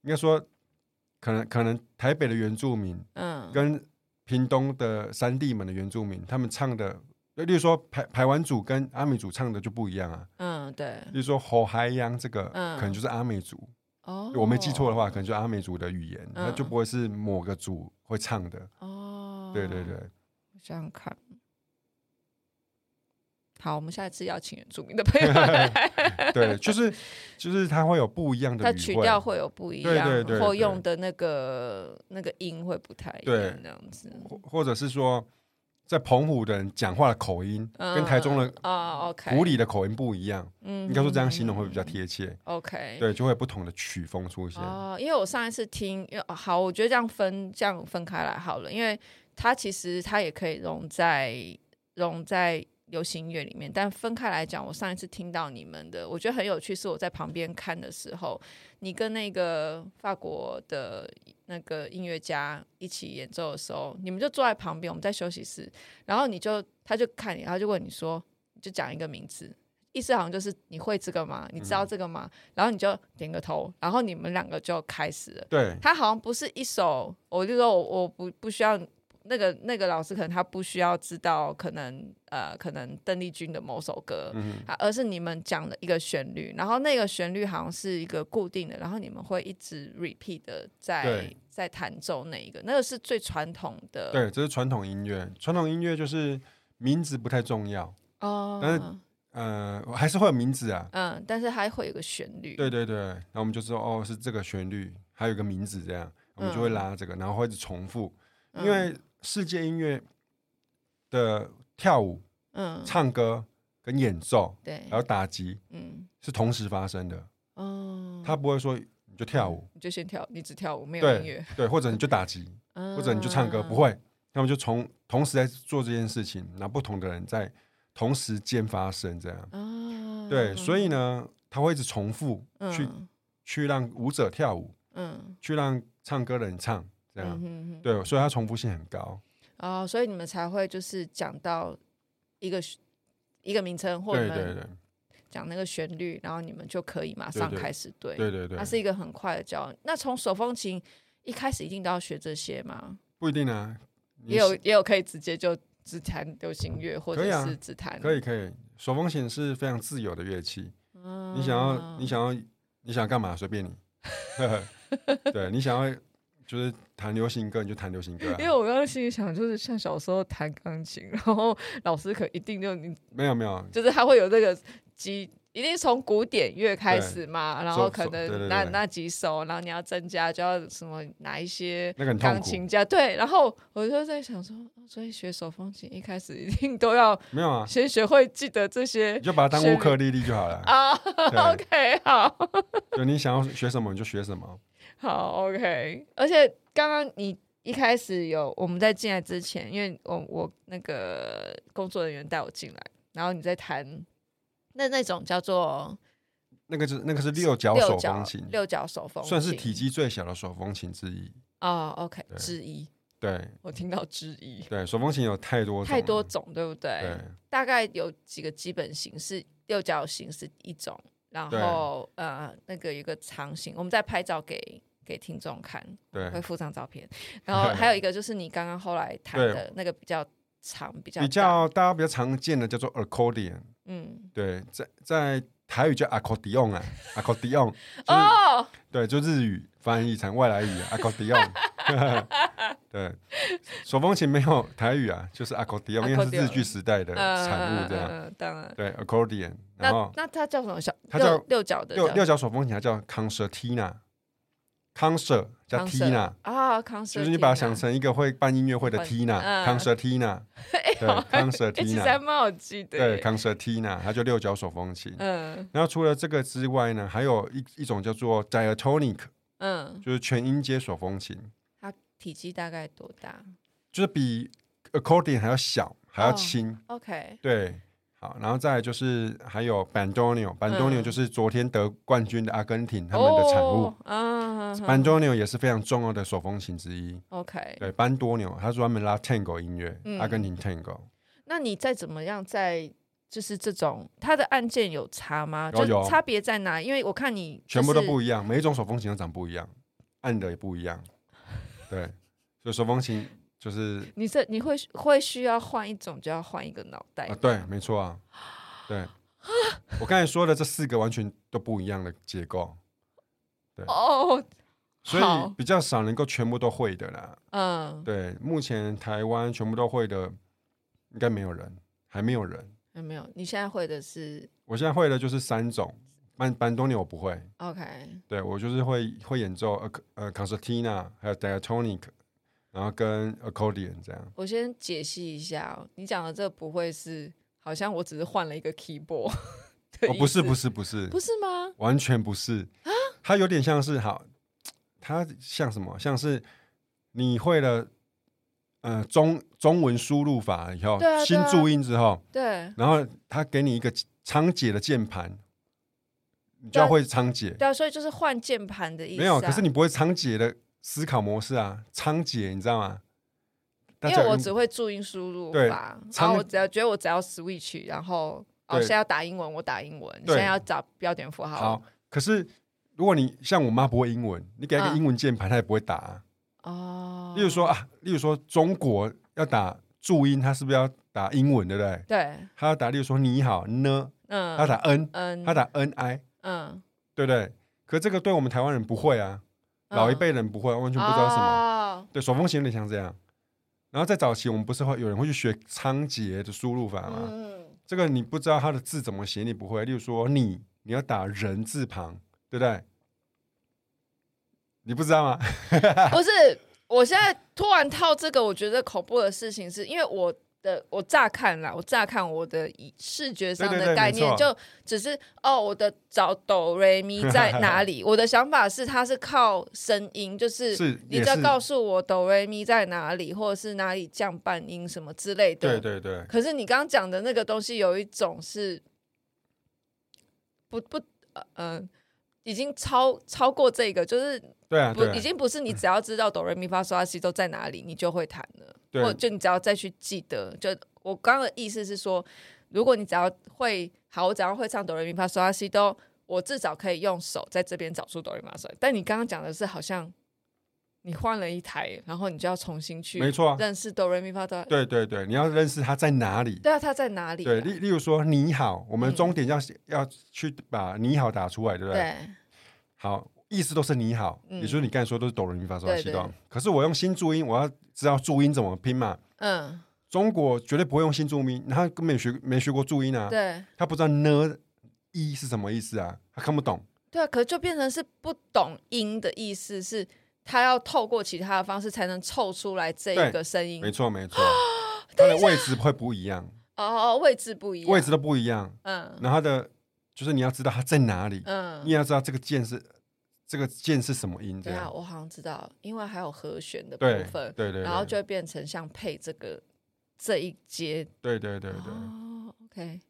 Speaker 2: 应该说可能可能台北的原住民
Speaker 1: 嗯
Speaker 2: 跟屏东的山地们的原住民，他们唱的，例如说排排湾族跟阿美族唱的就不一样啊。
Speaker 1: 嗯对，
Speaker 2: 例如说吼嗨央这个，
Speaker 1: 嗯
Speaker 2: 可能就是阿美族，
Speaker 1: 哦，
Speaker 2: 我没记错的话，可能就阿美族的语言，
Speaker 1: 嗯
Speaker 2: 它就不会是某个族会唱的。
Speaker 1: 哦，
Speaker 2: 对对对，
Speaker 1: 我想想看。好，我们下一次要请原住民的朋友 来，
Speaker 2: 对，就是就是它会有不一样的
Speaker 1: 他
Speaker 2: 语
Speaker 1: 曲
Speaker 2: 汇。啊
Speaker 1: 调会有不一样，
Speaker 2: 对对对
Speaker 1: 或
Speaker 2: 对
Speaker 1: 用的那个那个音会不太一样
Speaker 2: 对，
Speaker 1: 这样子。
Speaker 2: 或或者是说，在澎湖的人讲话的口音跟台中的
Speaker 1: 嗯啊、o k
Speaker 2: 湖里的口音不一样，
Speaker 1: 嗯
Speaker 2: 应该说这样形容会比较贴切。
Speaker 1: OK。
Speaker 2: 对，就会有不同的曲风出现。
Speaker 1: 哦，因为我上一次听，因为哦好，我觉得这样分这样分开来好了，因为它其实它也可以融在融在流行乐里面，但分开来讲，我上一次听到你们的，我觉得很有趣，是我在旁边看的时候，你跟那个法国的那个音乐家一起演奏的时候，你们就坐在旁边，我们在休息室，然后你就他就看你，然后就问你说，就讲一个名字。意思好像就是你会这个吗？你知道这个吗？然后你就点个头，然后你们两个就开始了。
Speaker 2: 对，
Speaker 1: 他好像不是一首，我就说我我不不需要那个那个老师，可能他不需要知道，可能呃，可能邓丽君的某首歌，
Speaker 2: 嗯，
Speaker 1: 啊而是你们讲的一个旋律，然后那个旋律好像是一个固定的，然后你们会一直 repeat 的在
Speaker 2: 对
Speaker 1: 在弹奏那一个，那个是最传统的，
Speaker 2: 对，这是传统音乐。传统音乐就是名字不太重要，
Speaker 1: 哦，
Speaker 2: 但是呃，还是会有名字啊。
Speaker 1: 嗯，但是还会有个旋律，
Speaker 2: 对对对，那我们就知道哦，是这个旋律，还有一个名字这样，我们就会
Speaker 1: 嗯
Speaker 2: 拉这个，然后会一直重复。
Speaker 1: 嗯，
Speaker 2: 因为世界音乐的跳舞、
Speaker 1: 嗯，
Speaker 2: 唱歌跟演奏，
Speaker 1: 对，
Speaker 2: 还有打击
Speaker 1: 嗯，
Speaker 2: 是同时发生的，
Speaker 1: 哦，
Speaker 2: 他不会说你就跳舞，
Speaker 1: 你就先跳，你只跳舞没有音
Speaker 2: 对
Speaker 1: 乐，
Speaker 2: 对，或者你就打击，
Speaker 1: 或
Speaker 2: 或者你就唱歌，
Speaker 1: 嗯
Speaker 2: 不，会，他们就从同时在做这件事情，然后不同的人在同时间发生这样，
Speaker 1: 啊，
Speaker 2: 对，所以呢，它会一直重复去、
Speaker 1: 嗯
Speaker 2: 去让舞者跳舞，
Speaker 1: 嗯
Speaker 2: 去让唱歌的人唱，这
Speaker 1: 嗯
Speaker 2: 样、
Speaker 1: 哼哼
Speaker 2: 对，啊所以它重复性很高。
Speaker 1: 哦，所以你们才会就是讲到一个一个名称，或者
Speaker 2: 对
Speaker 1: 你
Speaker 2: 对
Speaker 1: 们
Speaker 2: 对
Speaker 1: 讲那个旋律，然后你们就可以马
Speaker 2: 对
Speaker 1: 上
Speaker 2: 对
Speaker 1: 开始对
Speaker 2: 对对对，
Speaker 1: 它是一个很快的教。那从手风琴一开始一定都要学这些吗？
Speaker 2: 不一定啊，你
Speaker 1: 也有也有可以直接就只弹流行乐，或
Speaker 2: 可以
Speaker 1: 者
Speaker 2: 啊
Speaker 1: 是只弹、
Speaker 2: 可以可以，手风琴是非常自由的乐器，
Speaker 1: 嗯
Speaker 2: 你想要你想要你想要干嘛 随便你， 对你想要就是弹流行歌你就弹流行歌、
Speaker 1: 因为
Speaker 2: 啊，
Speaker 1: 我刚刚心里想，就是像小时候弹钢琴，然后老师可一定就你，
Speaker 2: 没有没有，
Speaker 1: 就是他会有这个几，一定从古典乐开始嘛，然后
Speaker 2: 手
Speaker 1: 可
Speaker 2: 手对
Speaker 1: 能
Speaker 2: 对
Speaker 1: 那
Speaker 2: 对
Speaker 1: 那几首，然后你要增加就要什么哪一些
Speaker 2: 那个很痛
Speaker 1: 钢
Speaker 2: 苦，
Speaker 1: 琴家对，然后我就在想说，哦所以学手风琴一开始一定都要
Speaker 2: 没有啊，
Speaker 1: 先学会记得这些
Speaker 2: 你就把它当
Speaker 1: 旋
Speaker 2: 乌克丽丽就好了。
Speaker 1: 啊。
Speaker 2: 对，
Speaker 1: OK，好。
Speaker 2: 就你想要学什么你就学什么。
Speaker 1: 好，OK。而且刚刚你一开始有我们在进来之前，因为我我那个工作人员带我进来，然后你在弹那那种叫做
Speaker 2: 那个是那个是六角
Speaker 1: 六
Speaker 2: 手
Speaker 1: 角
Speaker 2: 风琴，
Speaker 1: 六角手风琴，
Speaker 2: 算是体积最小的手风琴之一。
Speaker 1: 哦，OK，
Speaker 2: 对
Speaker 1: 之一。
Speaker 2: 对
Speaker 1: 我听到之一，
Speaker 2: 对，手风琴有太多种
Speaker 1: 太多
Speaker 2: 了
Speaker 1: 种，对不对？
Speaker 2: 对
Speaker 1: 大概有几个基本型是六角形是一种，然
Speaker 2: 对
Speaker 1: 后呃那个有一个长形，我们再拍照给给听众看，会
Speaker 2: 对，
Speaker 1: 附上照 片。然后还有一个就是你刚刚后来弹
Speaker 2: 对
Speaker 1: 的那个比较长、比较
Speaker 2: 比
Speaker 1: 大
Speaker 2: 较大家比较常见的叫做 accordion，
Speaker 1: 嗯
Speaker 2: 对，在在台语叫 accordion 啊，accordion 就是
Speaker 1: 哦，
Speaker 2: 对，就日语翻译成外来语啊 accordion。对，手风琴没有台语啊，就是 accordion，因为是
Speaker 1: accordion
Speaker 2: 日剧时代的产物这样。
Speaker 1: 嗯，当然。
Speaker 2: 对，accordion，
Speaker 1: 那
Speaker 2: 然后
Speaker 1: 那它叫什么小？
Speaker 2: 它叫
Speaker 1: 六六角的
Speaker 2: 六
Speaker 1: 叫
Speaker 2: 六角手风琴它叫 concertina，concert 叫
Speaker 1: concert
Speaker 2: Tina，
Speaker 1: 啊，concert，
Speaker 2: 就是你把它想
Speaker 1: Tina
Speaker 2: 成一个会办音乐会的
Speaker 1: 会
Speaker 2: Tina
Speaker 1: 嗯
Speaker 2: concertina，对
Speaker 1: 哎，其实还
Speaker 2: ，concertina，
Speaker 1: 蛮好记的
Speaker 2: 对
Speaker 1: 耶。
Speaker 2: concertina，它就六角手风琴。
Speaker 1: 嗯
Speaker 2: 然后除了这个之外呢，还有一一种叫做 diatonic，
Speaker 1: 嗯，
Speaker 2: 就是全音阶手风琴。
Speaker 1: 它体积大概多大
Speaker 2: 就是比 accordion 还要小，还
Speaker 1: 哦
Speaker 2: 要轻。
Speaker 1: ？OK，
Speaker 2: 对，好，然后再来就是还有 bandoneon，bandoneon、
Speaker 1: 嗯
Speaker 2: 就是昨天得冠军的阿根廷他们的产物。
Speaker 1: 哦啊
Speaker 2: bandoneon 也是非常重要的手风琴之一。
Speaker 1: ，OK。
Speaker 2: 对，班多牛，他专门拉 tango 音乐，
Speaker 1: 嗯
Speaker 2: 阿根廷 tango。
Speaker 1: 那你再怎么样在就是这种它的按键有差吗？
Speaker 2: 有
Speaker 1: 就
Speaker 2: 有
Speaker 1: 差别在哪？因为我看你
Speaker 2: 全部都
Speaker 1: 就是
Speaker 2: 不一样，每一种手风琴都长不一样，按的也不一样。对，所以手风琴就是
Speaker 1: 你这你会会需要换一种，就要换一个脑袋
Speaker 2: 啊，对，没错啊，对。 我刚才说的这四个完全都不一样的结构，
Speaker 1: 哦，
Speaker 2: 所
Speaker 1: 好
Speaker 2: 以比较少能够全部都会的啦。
Speaker 1: 嗯，
Speaker 2: 对，目前台湾全部都会的，应该没有人，还没有人。
Speaker 1: 有哎没有？你现在会的是
Speaker 2: 我现在会的就是三种，班班多尼我不会，
Speaker 1: OK，
Speaker 2: 对我就是会会演奏呃呃 concertina，还有 diatonic，然后跟 accordion 这样。哦
Speaker 1: 我先解析一下、哦，你讲的这不会是好像我只是换了一个 keyboard 的
Speaker 2: 哦，
Speaker 1: 意
Speaker 2: 不是
Speaker 1: 思
Speaker 2: 不是不是，
Speaker 1: 不是吗？
Speaker 2: 完全不是它有点像是好，它像什么？像是你会了呃中中文输入法以后，
Speaker 1: 对啊对
Speaker 2: 新
Speaker 1: 啊
Speaker 2: 注音之后。
Speaker 1: 对，
Speaker 2: 然后他给你一个仓颉的键盘，你就要会仓颉。
Speaker 1: 对啊，所以就是换键盘的意思、啊。
Speaker 2: 没有，可是你不会仓颉的思考模式啊，仓颉你知道吗？大
Speaker 1: 因
Speaker 2: 家
Speaker 1: 为
Speaker 2: 有
Speaker 1: 我
Speaker 2: 用
Speaker 1: 只会注音输入
Speaker 2: 对
Speaker 1: 法，然
Speaker 2: 常
Speaker 1: 后我只要觉得我只要 switch，然后哦，
Speaker 2: 对
Speaker 1: 现在要打英文，我打英文，现
Speaker 2: 对
Speaker 1: 在要找标点符号，
Speaker 2: 好，可是如果你像我妈不会英文，你给她一
Speaker 1: 嗯
Speaker 2: 个英文键盘，她也不会打、啊。
Speaker 1: 哦，
Speaker 2: 例如说啊，例如说中国要打注音，她是不是要打英文，对不对？
Speaker 1: 对，
Speaker 2: 她要打，例如说你好呢，她要
Speaker 1: 嗯
Speaker 2: 打 n，
Speaker 1: 嗯，
Speaker 2: 她打 n i，
Speaker 1: 嗯，
Speaker 2: 对不对？可这个对我们台湾人不会啊，老一
Speaker 1: 嗯
Speaker 2: 辈人不会，完全不知道什么。
Speaker 1: 么，
Speaker 2: 对，手风琴有点像这样。然后在早期，我们不是会有人会去学仓颉的输入法吗？
Speaker 1: 嗯，
Speaker 2: 这个你不知道它的字怎么写，你不会。例如说你，你要打人字旁，对不对？你不知道吗？
Speaker 1: 不是，我现在突然套这个，我觉得恐怖的事情是因为我。的我乍看啦，我乍看我的以视觉上
Speaker 2: 对
Speaker 1: 的
Speaker 2: 对对
Speaker 1: 概
Speaker 2: 没
Speaker 1: 念
Speaker 2: 错
Speaker 1: 就只是哦，我的找哆瑞咪在哪 里？我的想法是它是靠声音，就是
Speaker 2: 是，
Speaker 1: 你
Speaker 2: 也
Speaker 1: 只要
Speaker 2: 是，
Speaker 1: 告诉我哆瑞咪在哪里，或者是哪里降半音什么之类的。
Speaker 2: 对对对，
Speaker 1: 可是你刚刚讲的那个东西，有一种是不不呃呃已经超超过这个，就是
Speaker 2: 对啊，
Speaker 1: 不
Speaker 2: 对啊
Speaker 1: 已经不是你只要知道哆来咪发嗦拉西都在哪里，你就会弹了，
Speaker 2: 对
Speaker 1: 或者就你只要再去记得。就我刚刚的意思是说，如果你只要会好，我只要会唱哆来咪发嗦拉西都，我至少可以用手在这边找出哆来咪发嗦。但你刚刚讲的是好像你换了一台，然后你就要重新去
Speaker 2: 没错啊
Speaker 1: 认识哆来咪发嗦。
Speaker 2: 对对对，你要认识它在哪里。
Speaker 1: 对啊，它在哪里啊、
Speaker 2: 对，例例如说你好，我们
Speaker 1: 嗯
Speaker 2: 终点要、要去把你好打出来，对不对？
Speaker 1: 对
Speaker 2: 好，意思都是你好，
Speaker 1: 嗯
Speaker 2: 也就是你刚才说都是哆来咪发嗦拉
Speaker 1: 对
Speaker 2: 西
Speaker 1: 对
Speaker 2: 哆。可是我用新注音，我要知道注音怎么拼嘛。
Speaker 1: 嗯，
Speaker 2: 中国绝对不会用新注音，他根本没学没学过注音啊，
Speaker 1: 对
Speaker 2: 他不知道呢一是什么意思啊，他看不懂。
Speaker 1: 对啊，可就变成是不懂音的意思是。他要透过其他的方式才能凑出来这
Speaker 2: 对
Speaker 1: 一个声音
Speaker 2: 没，错没
Speaker 1: 啊
Speaker 2: 错，它的位置会不一样，
Speaker 1: 哦，哦，位置不一样，
Speaker 2: 位置，都不一样。
Speaker 1: 嗯
Speaker 2: 然后它的就是你要知道它在哪里，你
Speaker 1: 嗯，
Speaker 2: 也要知道这个键是这个键是什么音这
Speaker 1: 对啊，
Speaker 2: 样。
Speaker 1: 我好像知道，因为还有和弦啊的部
Speaker 2: 对对
Speaker 1: 分，
Speaker 2: 对对，
Speaker 1: 然后就会变成像配这个这一节，
Speaker 2: 对对对对
Speaker 1: 哦，OK，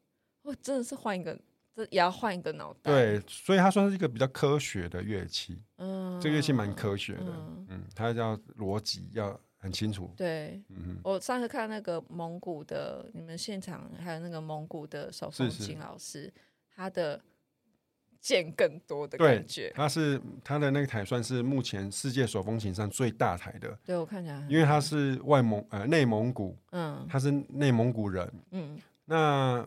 Speaker 1: 我真的是换一个，这也要换一个脑袋，，
Speaker 2: 对，所以它算是一个比较科学的乐器，
Speaker 1: 嗯，
Speaker 2: 这个乐器蛮科学的
Speaker 1: 嗯，
Speaker 2: 嗯，它要逻辑要很清楚，
Speaker 1: 对。
Speaker 2: 嗯
Speaker 1: 我上次看那个蒙古的，你们现场还有那个蒙古的手风
Speaker 2: 是是
Speaker 1: 琴老师，他的剑更多的
Speaker 2: 对
Speaker 1: 感觉
Speaker 2: 哼，，它是它的那个台算是目前世界手风琴上最大台的，
Speaker 1: 对我看起来很，
Speaker 2: 因为它是外蒙呃内蒙古，
Speaker 1: 嗯
Speaker 2: 它是内蒙古人，
Speaker 1: 嗯
Speaker 2: 那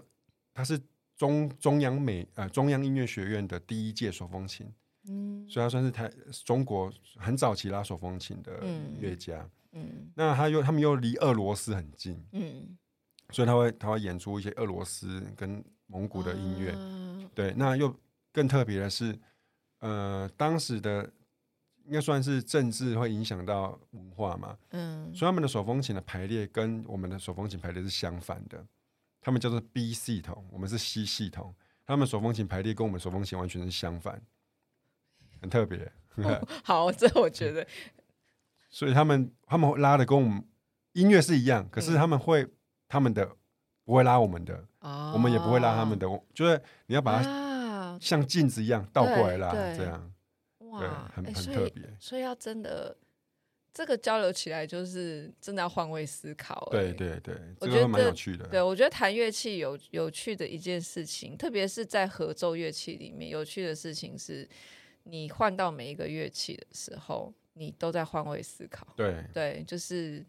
Speaker 2: 它是中中央美呃中央音乐学院的第一届手风琴，
Speaker 1: 嗯
Speaker 2: 所以它算是台中国很早期拉手风琴的
Speaker 1: 嗯
Speaker 2: 乐家。
Speaker 1: 嗯
Speaker 2: 那他又他们又离俄罗斯很近，
Speaker 1: 嗯，
Speaker 2: 所以他会他会演出一些俄罗斯跟蒙古的音乐。
Speaker 1: 啊
Speaker 2: 对，那又更特别的是，呃，当时的应该算是政治会影响到文化嘛，
Speaker 1: 嗯
Speaker 2: 所以他们的手风琴的排列跟我们的手风琴排列是相反的，他们叫做 B 系统，我们是 C 系统，他们手风琴排列跟我们手风琴完全是相反，很特别。
Speaker 1: 哦好，这我觉得，
Speaker 2: 所以他们他们拉的跟我们音乐是一样，可是他们会、他们的不会拉我们的，
Speaker 1: 哦
Speaker 2: 我们也不会拉他们的，我就是你要把它
Speaker 1: 啊，
Speaker 2: 像镜子一样倒过来拉，
Speaker 1: 对对
Speaker 2: 这样对
Speaker 1: 哇，，
Speaker 2: 很
Speaker 1: 哎
Speaker 2: 很
Speaker 1: 所
Speaker 2: 特
Speaker 1: 以
Speaker 2: 别。
Speaker 1: 所以要真的，这个交流起来就是真的要换位思考，
Speaker 2: 对
Speaker 1: 哎。
Speaker 2: 对对，
Speaker 1: 我
Speaker 2: 这
Speaker 1: 觉
Speaker 2: 个
Speaker 1: 得
Speaker 2: 蛮有
Speaker 1: 这
Speaker 2: 趣的。
Speaker 1: 对，我觉得弹乐器有有趣的一件事情，特别是在合奏乐器里面，有趣的事情是，你换到每一个乐器的时候，你都在换位思考。
Speaker 2: 对
Speaker 1: 对，就是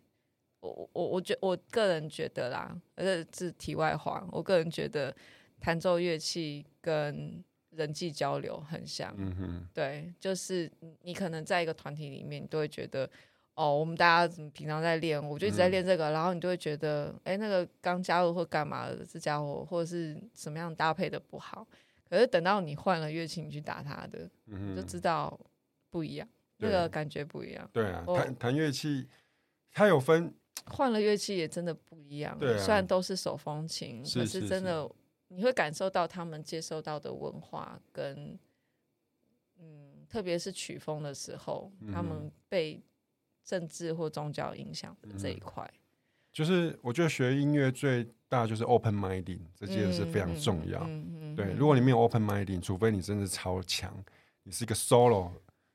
Speaker 1: 我我我我觉我个人觉得啦，而且是题外话，我个人觉得弹奏乐器跟人际交流很像。
Speaker 2: 嗯哼，
Speaker 1: 对，就是你你可能在一个团体里面，你都会觉得。哦，我们大家怎么平常在练，我就一直在
Speaker 2: 嗯
Speaker 1: 练这个，然后你就会觉得，哎，那个刚加入或干嘛的这家伙，或者是什么样搭配的不好。可是等到你换了乐器，你去打他的，
Speaker 2: 嗯
Speaker 1: 你就
Speaker 2: 哼，
Speaker 1: 知道不一样，那
Speaker 2: 对
Speaker 1: 个感觉不一样。
Speaker 2: 对啊，
Speaker 1: 我
Speaker 2: 弹弹乐器，它有分，
Speaker 1: 换了乐器也真的不一样，
Speaker 2: 对啊
Speaker 1: 虽然都是手风琴，
Speaker 2: 是
Speaker 1: 可
Speaker 2: 是
Speaker 1: 是真的你会感受到他们接受到的文化跟，嗯，特别是曲风的时候，
Speaker 2: 嗯哼
Speaker 1: 他们被政治或宗教影响的这一块，
Speaker 2: 就是我觉得学音乐最大就是 open minding 嗯这件事非常重要。
Speaker 1: 嗯嗯嗯嗯嗯
Speaker 2: 对，如果你没有 open minding，除非你真的超强，你是一个 solo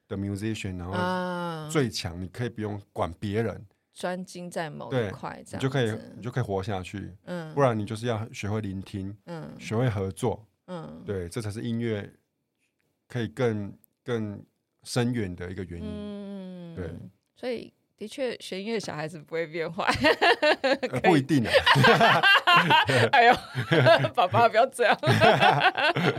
Speaker 2: 的 musician，然后
Speaker 1: 啊，
Speaker 2: 最强，你可以不用管别人，
Speaker 1: 专精在某
Speaker 2: 对
Speaker 1: 一块，这样
Speaker 2: 你就可以
Speaker 1: 子
Speaker 2: 你就可以活下去。
Speaker 1: 嗯，
Speaker 2: 不然你就是要学会聆听，
Speaker 1: 嗯
Speaker 2: 学会合作，
Speaker 1: 嗯
Speaker 2: 对，这才是音乐可以更更深远的一个原因。
Speaker 1: 嗯，
Speaker 2: 对，
Speaker 1: 所以的确学音乐小孩子不会变坏。
Speaker 2: 呃不一定啊，
Speaker 1: 哎呦， 爸爸不要这样。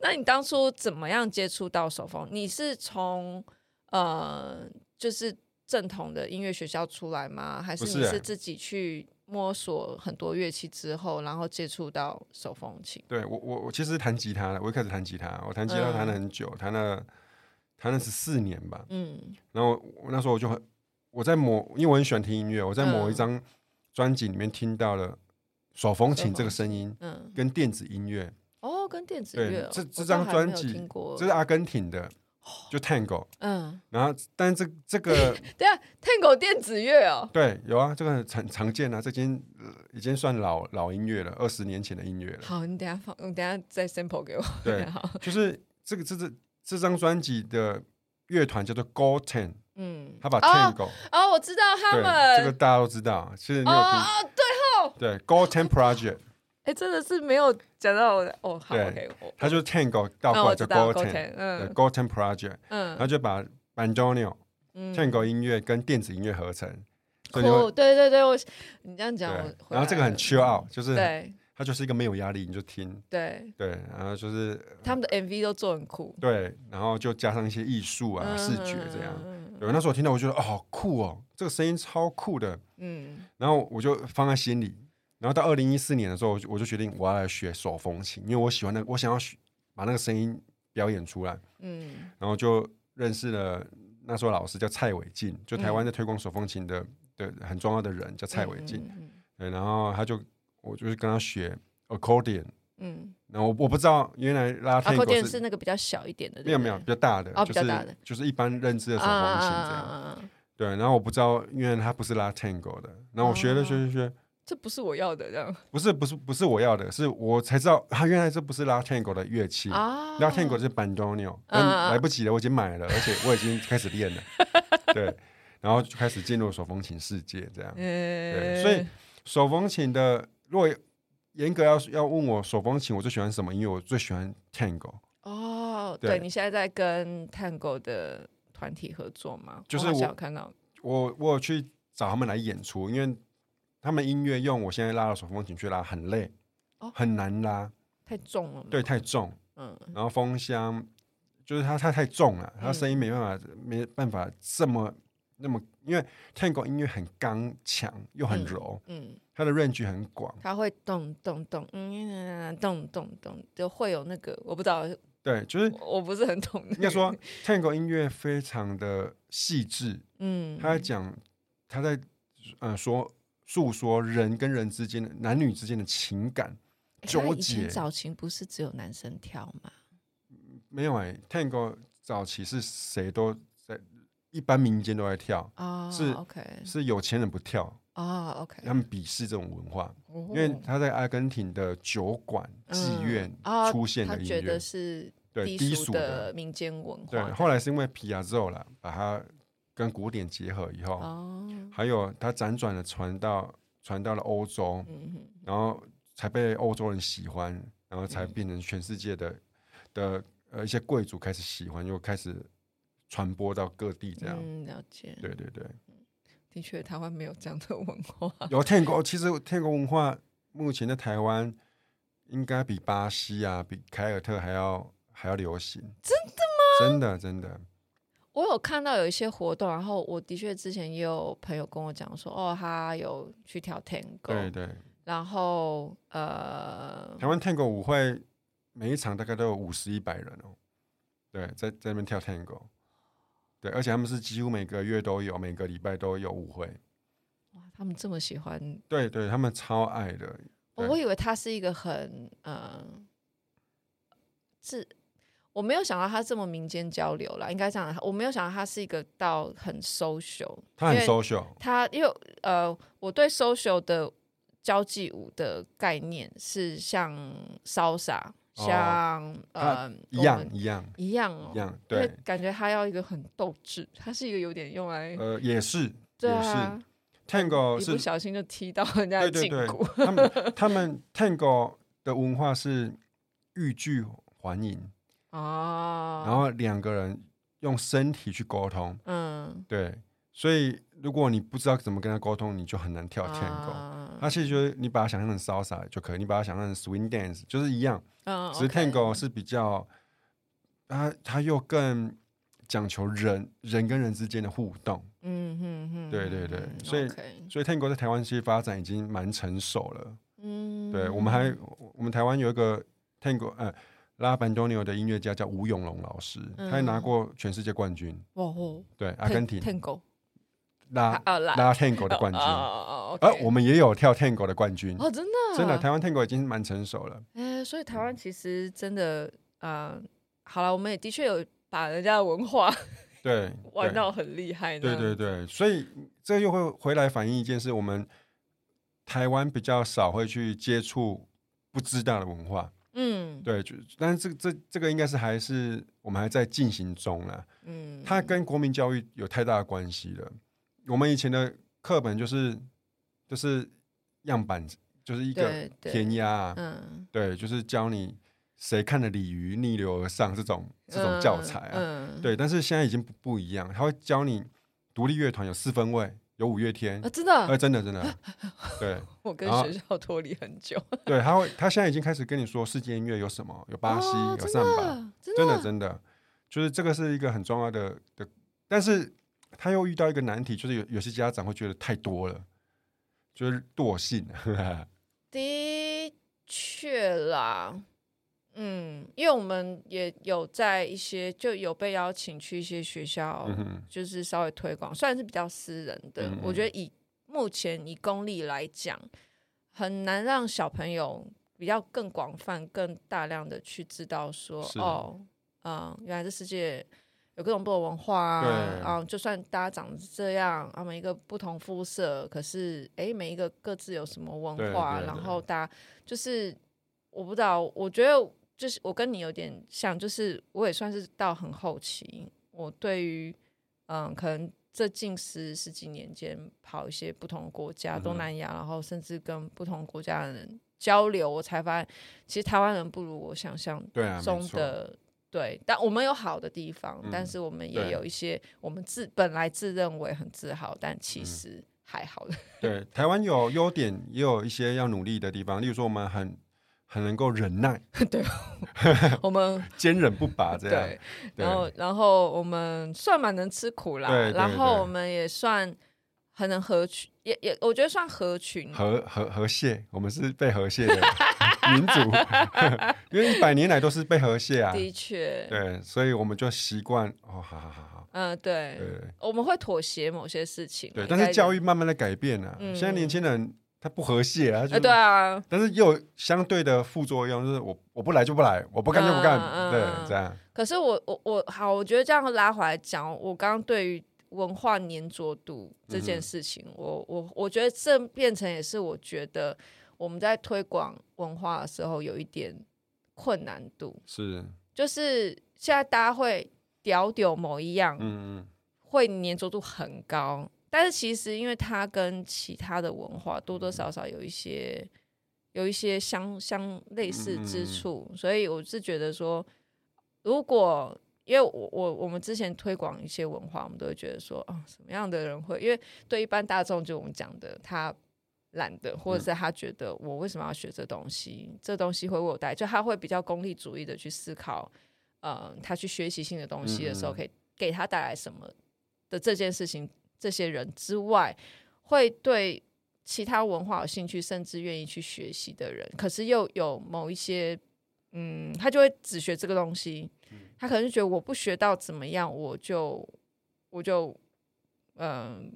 Speaker 1: 那你当初怎么样接触到手风？你是从呃，就是正统的音乐学校出来吗？还是
Speaker 2: 不是
Speaker 1: 你
Speaker 2: 欸
Speaker 1: 是自己去摸索很多乐器之后，然后接触到手风琴？
Speaker 2: 对我我我其实是弹吉他的，我一开始弹吉他，我弹吉他弹了很久，弹了弹了十四年吧，
Speaker 1: 嗯
Speaker 2: 然后我那时候我就很，我在某，因为我很喜欢听音乐，我在某一张专辑里面听到了手风琴这个声音
Speaker 1: 嗯，
Speaker 2: 跟电子音乐，
Speaker 1: 哦，跟电子
Speaker 2: 对
Speaker 1: 乐哦，
Speaker 2: 这这
Speaker 1: 我倒
Speaker 2: 张
Speaker 1: 还没有
Speaker 2: 专辑
Speaker 1: 听过，
Speaker 2: 这是阿根廷的，就 Tango。
Speaker 1: 嗯，
Speaker 2: 然后，但这这 个
Speaker 1: 对啊，Tango 电子乐哦，
Speaker 2: 对有啊，这个很常常见啊，这已经、呃已经算老老音乐了，二十年前的音乐了。
Speaker 1: 好，你等一下放，你等一下再 sample 给我。
Speaker 2: 对
Speaker 1: 好，
Speaker 2: 就是这个这这这张专辑的乐团叫做 Goten，
Speaker 1: 嗯，
Speaker 2: 他把
Speaker 1: 哦
Speaker 2: Tango，、
Speaker 1: 哦，我知道他
Speaker 2: 对
Speaker 1: 们，
Speaker 2: 这个大家都知道，其实你
Speaker 1: 哦
Speaker 2: 有听、
Speaker 1: 哦，对，
Speaker 2: 对 Goten Project，
Speaker 1: 哎，真的是没有讲到我的，哦，好
Speaker 2: 对
Speaker 1: ，OK，我，
Speaker 2: 它就是 Tango 倒
Speaker 1: 那嗯
Speaker 2: 过
Speaker 1: 我
Speaker 2: 来
Speaker 1: 知
Speaker 2: 叫
Speaker 1: 道
Speaker 2: Goten，
Speaker 1: Goten，
Speaker 2: 对
Speaker 1: 嗯
Speaker 2: Goten Project，然后
Speaker 1: 嗯
Speaker 2: 就把 Bandoneon、
Speaker 1: 嗯
Speaker 2: Tango 音乐跟电子音乐合成，所以你
Speaker 1: 酷，
Speaker 2: 会
Speaker 1: 对对对，我你这样
Speaker 2: 对
Speaker 1: 讲，我，回
Speaker 2: 然后
Speaker 1: 来
Speaker 2: 这个很
Speaker 1: 了
Speaker 2: chill out，就是
Speaker 1: 对
Speaker 2: 它就是一个没有压力，你就听，
Speaker 1: 对，
Speaker 2: 对，然后就是
Speaker 1: 他们的 MV 都做很酷，
Speaker 2: 对，然后就加上一些艺术啊、
Speaker 1: 嗯
Speaker 2: 视觉这样。
Speaker 1: 嗯
Speaker 2: 对，那时候我听到，我觉得哦，好酷哦，这个声音超酷的。
Speaker 1: 嗯，
Speaker 2: 然后我就放在心里。然后到二零一四年的时候，我就我就决定我要来学手风琴，因为我喜欢那个，我想要学把那个声音表演出来。
Speaker 1: 嗯
Speaker 2: 然后就认识了那时候老师叫蔡伟进，就台湾在推广手风琴的的很重要的人叫蔡伟进。
Speaker 1: 嗯嗯
Speaker 2: 对，然后他就我就是跟他学 accordion，
Speaker 1: 嗯，
Speaker 2: 然后我我不知道原来拉
Speaker 1: 阿
Speaker 2: 探
Speaker 1: 扣
Speaker 2: 狗
Speaker 1: 店
Speaker 2: 是
Speaker 1: 啊是那个比较小一点的，
Speaker 2: 没有没有比较大的，
Speaker 1: 哦比
Speaker 2: 就
Speaker 1: 较大的啊
Speaker 2: 是就是一般认知的
Speaker 1: 有
Speaker 2: 手风琴这样。对，然后我不知道，因为他不是拉 tango 的，然后我学了学学学，
Speaker 1: 这不是我要的这样
Speaker 2: 不是不是不是我要的，是我才知道啊他原来这不是拉 tango 的乐器，
Speaker 1: 啊
Speaker 2: 拉 tango 是 bandoneon，
Speaker 1: 嗯嗯嗯
Speaker 2: 嗯，来不及了，我已经买了，而且我已经开始 练了，对，然后就开始进入手风琴世界这样，
Speaker 1: 嗯
Speaker 2: 对，所以手风琴的如果严格要要问我手风琴我最喜欢什么音乐，我最喜欢 tango，
Speaker 1: 哦，
Speaker 2: 对
Speaker 1: 对你现在在跟探狗的团体合作吗？
Speaker 2: 就是
Speaker 1: 我好
Speaker 2: 我
Speaker 1: 想有看到，
Speaker 2: 我我有去找他们来演出，因为他们音乐用我现在拉的手风琴去拉很累，
Speaker 1: 哦
Speaker 2: 很难拉，
Speaker 1: 太重了嘛，
Speaker 2: 对，太重，
Speaker 1: 嗯
Speaker 2: 然后风箱就是它它太重了，它
Speaker 1: 嗯
Speaker 2: 声音没办法、没办法这么那么，因为 tango 音乐很刚强又很
Speaker 1: 嗯
Speaker 2: 柔，
Speaker 1: 嗯，
Speaker 2: 它的 range 很广，
Speaker 1: 它会动动动，嗯，动动动，就会有那个我不知道，
Speaker 2: 对，就是
Speaker 1: 我我不是很懂、那
Speaker 2: 应该
Speaker 1: 个
Speaker 2: 说 tango 音乐非常的细致，
Speaker 1: 嗯，
Speaker 2: 他在讲他在呃说诉说人跟人之间的男女之间的情感。
Speaker 1: 哎
Speaker 2: 纠
Speaker 1: 它以前
Speaker 2: 结
Speaker 1: 早情不是只有男生跳吗？
Speaker 2: 没有哎、t a n g o 早期是谁都在，一般民间都在跳，
Speaker 1: 哦，
Speaker 2: 是
Speaker 1: OK，
Speaker 2: 是有钱人不跳，
Speaker 1: 哦，OK，
Speaker 2: 他们鄙视这种文化，
Speaker 1: 哦
Speaker 2: 因为他在阿根廷的酒馆、妓院
Speaker 1: 哦
Speaker 2: 出现
Speaker 1: 他
Speaker 2: 的音
Speaker 1: 觉
Speaker 2: 乐
Speaker 1: 得，是
Speaker 2: 对低
Speaker 1: 低
Speaker 2: 俗
Speaker 1: 的
Speaker 2: 的，
Speaker 1: 民间文化这
Speaker 2: 对。
Speaker 1: 样，
Speaker 2: 后来是因为皮亚佐啦，把它跟古典结合以后，
Speaker 1: 哦，
Speaker 2: 还有它辗转的传到传到了欧洲，
Speaker 1: 嗯哼，
Speaker 2: 然后才被欧洲人喜欢，然后
Speaker 1: 嗯
Speaker 2: 才变成全世界的的呃一些贵族开始喜欢，又开始传播到各地这样。
Speaker 1: 嗯，了解，
Speaker 2: 对对对，
Speaker 1: 的确台湾没有这样的文化，
Speaker 2: 有天狗，其实天狗文化目前在台湾应该比巴西啊、比凯尔特还要还要流行。真的吗？真的真的，
Speaker 1: 我有看到有一些活动，然后我的确之前也有朋友跟我讲说，哦，他有去跳 tango，
Speaker 2: 对对。
Speaker 1: 然后呃，
Speaker 2: 台湾天狗舞会每一场大概都有五十一百人哦，对，在在那边跳天狗，对，而且他们是几乎每个月都有，每个礼拜都有舞会。
Speaker 1: 哇，他们这么喜欢，
Speaker 2: 对对，他们超爱的，
Speaker 1: 哦
Speaker 2: 对
Speaker 1: 我以为他是一个很呃，是。我没有想到他这么民间交流啦，应该这样。我没有想到他是一个到很 social，
Speaker 2: 他很
Speaker 1: 因为
Speaker 2: social，
Speaker 1: 他因为呃，我对 social 的交际舞的概念是像潇洒，
Speaker 2: 哦
Speaker 1: 像、呃
Speaker 2: 一
Speaker 1: 我
Speaker 2: 样
Speaker 1: 们
Speaker 2: 一样
Speaker 1: 一样哦
Speaker 2: 一，样，
Speaker 1: 因为
Speaker 2: 对，
Speaker 1: 感觉他要一个很斗志，他是一个有点用来、
Speaker 2: 呃，也是
Speaker 1: 对
Speaker 2: 也
Speaker 1: 啊
Speaker 2: 是，Tango
Speaker 1: 一
Speaker 2: 是
Speaker 1: 不小心就踢到人家的
Speaker 2: 对
Speaker 1: 胫
Speaker 2: 对对
Speaker 1: 骨，
Speaker 2: 他们 他们 Tango 的文化是欲拒还迎，
Speaker 1: 哦，
Speaker 2: 然后两个人用身体去沟通，
Speaker 1: 嗯，
Speaker 2: 对，所以如果你不知道怎么跟他沟通，你就很难跳 Tango。
Speaker 1: 啊
Speaker 2: 它其实就是你把它想象成 salsa 就可以，你把它想象成 swing dance 就是一样，
Speaker 1: 嗯，
Speaker 2: 只是
Speaker 1: OK
Speaker 2: Tango 是比较，它它又更讲求人人跟人之间的互动，
Speaker 1: 嗯哼哼，
Speaker 2: 对对对
Speaker 1: 嗯
Speaker 2: 所以
Speaker 1: OK
Speaker 2: 所以 Tango 在台湾其实发展已经蛮成熟了。
Speaker 1: 嗯，
Speaker 2: 对我们还我们台湾有一个 tango 呃拉班多尼的音乐家叫吴永龙老师，他还拿
Speaker 1: 嗯
Speaker 2: 过全世界冠军，
Speaker 1: 哇哦，
Speaker 2: 对阿根廷
Speaker 1: tango
Speaker 2: 拉
Speaker 1: 啊拉
Speaker 2: 拉 tango 的冠军，
Speaker 1: 哦哦哦
Speaker 2: 而
Speaker 1: 哦，OK
Speaker 2: 我们也有跳 tango 的冠军，
Speaker 1: 哦真的
Speaker 2: 真的台湾 tango 已经蛮成熟了，
Speaker 1: 哎，所以台湾其实真的，呃，好了，我们也的确有把人家的文化
Speaker 2: 对，
Speaker 1: 玩
Speaker 2: 对
Speaker 1: 到很厉害呢。
Speaker 2: 对对对，所以这又会回来反映一件事：我们台湾比较少会去接触不知道的文化。
Speaker 1: 嗯
Speaker 2: 对，就但是这这这个应该是还是我们还在进行中啦。
Speaker 1: 嗯，
Speaker 2: 它跟国民教育有太大的关系了。我们以前的课本就是就是样板，就是一个
Speaker 1: 对对
Speaker 2: 填鸭、啊，
Speaker 1: 嗯
Speaker 2: 对，就是教你谁看了鲤鱼逆流而上这种这种教材啊。
Speaker 1: 嗯，嗯
Speaker 2: 对，但是现在已经不不一样，他会教你独立乐团有四分位，有五月天
Speaker 1: 啊，，真的
Speaker 2: 呃，，真的真的，对
Speaker 1: 我跟
Speaker 2: 然后
Speaker 1: 学校脱离很久。
Speaker 2: 对，他会他现在已经开始跟你说世界音乐有什么，有巴西，
Speaker 1: 哦
Speaker 2: 有上巴，
Speaker 1: 真
Speaker 2: 真
Speaker 1: 的啊
Speaker 2: 的真的，就是这个是一个很重要的的，但是他又遇到一个难题，就是有有些家长会觉得太多了，就是惰性，
Speaker 1: 哦的确啦，嗯，因为我们也有在一些就有被邀请去一些学校，
Speaker 2: 嗯哼
Speaker 1: 就是稍微推广，虽然是比较私人的，
Speaker 2: 嗯嗯
Speaker 1: 我觉得以目前以公立来讲，很难让小朋友比较更广泛、更大量的去知道说，
Speaker 2: 是
Speaker 1: 哦，嗯，原来这世界。有各种不同文化啊
Speaker 2: 对，
Speaker 1: 啊，就算大家长得这样，啊，每一个不同肤色，可是哎，每一个各自有什么文
Speaker 2: 对
Speaker 1: 化，
Speaker 2: 对
Speaker 1: 然
Speaker 2: 对
Speaker 1: 后大家就是我不知道，我觉得就是我跟你有点像，就是我也算是到很后期，我对于嗯，可能这近十十几年间跑一些不同的国家，
Speaker 2: 嗯哼
Speaker 1: 东南亚，然后甚至跟不同国家的人交流，我才发现其实台湾人不如我想象
Speaker 2: 对啊，没
Speaker 1: 中
Speaker 2: 错，
Speaker 1: 的。对，但我们有好的地方，
Speaker 2: 嗯
Speaker 1: 但是我们也
Speaker 2: 对
Speaker 1: 有一些我们自本来自认为很自豪，但
Speaker 2: 嗯
Speaker 1: 其实还好的。
Speaker 2: 对，台湾有优点，也有一些要努力的地方，例如说我们很很能够忍耐，
Speaker 1: 我 们
Speaker 2: 坚韧不拔这样
Speaker 1: 对，，然后然后我们算蛮能吃苦啦，
Speaker 2: 对对
Speaker 1: 然后
Speaker 2: 对
Speaker 1: 我们也算很能合群，也也我觉得算合群，
Speaker 2: 河河河蟹，我们是被河蟹的 民族，因为一百年来都是被河蟹啊，
Speaker 1: 的确，
Speaker 2: 对，所以我们就习惯哦，好好好呃好，
Speaker 1: 嗯、对，
Speaker 2: 对
Speaker 1: 我们会妥协某些事情，
Speaker 2: 对，但是教
Speaker 1: 育，
Speaker 2: 育慢慢的改变了、啊，
Speaker 1: 嗯
Speaker 2: 现在年轻人他不和谐啊，就
Speaker 1: 呃，
Speaker 2: 是
Speaker 1: 对啊，
Speaker 2: 但是又有相对的副作用，就是我我不来就不来，我不干就不干，
Speaker 1: 嗯嗯嗯
Speaker 2: 对，这样，
Speaker 1: 可是我我我好，我觉得这样拉回来讲，我刚刚对于文化粘着度这件事
Speaker 2: 嗯
Speaker 1: 情，我我我觉得这变成也是我觉得我们在推广文化的时候有一点困难度，
Speaker 2: 是，
Speaker 1: 就是现在大家会屌屌某一样，
Speaker 2: 嗯嗯，
Speaker 1: 会粘着度很高，但是其实因为它跟其他的文化多多少少有一些有一些相相类似之处，所以我是觉得说，如果因为我我我们之前推广一些文化，我们都会觉得说，啊，什么样的人会？因为对一般大众，就我们讲的，他懒得，或者
Speaker 2: 嗯
Speaker 1: 是他觉得我为什么要学这东西？这东西会为我带，就他会比较功利主义的去思考，呃，他去学习新的东西的时候，
Speaker 2: 嗯嗯
Speaker 1: 可以给他带来什么的这件事情，这些人之外，会对其他文化有兴趣，甚至愿意去学习的人，可是又有某一些，嗯，他就会只学这个东西，他可能就觉得我不学到怎么样，我就我就嗯。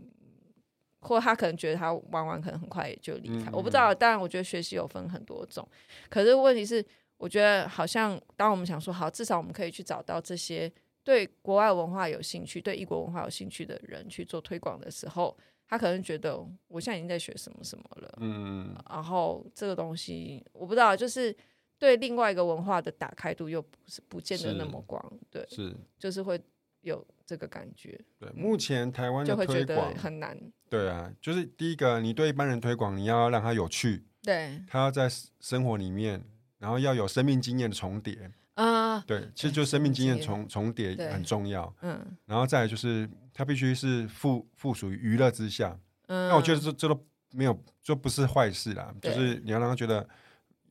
Speaker 1: 或他可能觉得他玩完可能很快也就离开，
Speaker 2: 嗯
Speaker 1: 我不知道。当然，我觉得学习有分很多种，可是问题是，我觉得好像当我们想说好，至少我们可以去找到这些对国外文化有兴趣、对异国文化有兴趣的人去做推广的时候，他可能觉得我现在已经在学什么什么了，
Speaker 2: 嗯嗯
Speaker 1: 然后这个东西我不知道，就是对另外一个文化的打开度又不是不见得
Speaker 2: 是
Speaker 1: 那么广，对，
Speaker 2: 是。
Speaker 1: 就是会有这个感觉，
Speaker 2: 对，目前台湾
Speaker 1: 嗯
Speaker 2: 的
Speaker 1: 就会觉
Speaker 2: 推
Speaker 1: 得
Speaker 2: 广，
Speaker 1: 很难，
Speaker 2: 对啊，就是第一个，你对一般人推广，你要让他有趣，
Speaker 1: 对，
Speaker 2: 他要在生活里面，然后要有生命经验的重叠。
Speaker 1: 啊、
Speaker 2: 对，其实
Speaker 1: 对
Speaker 2: 就生命经验
Speaker 1: 生命
Speaker 2: 重重叠
Speaker 1: 对
Speaker 2: 很重要。
Speaker 1: 嗯
Speaker 2: 然后再来就是，它必须是附附属于娱乐之下。
Speaker 1: 嗯，
Speaker 2: 那我觉得这这都没有，就不是坏事啦。就
Speaker 1: 对
Speaker 2: 是你要让他觉得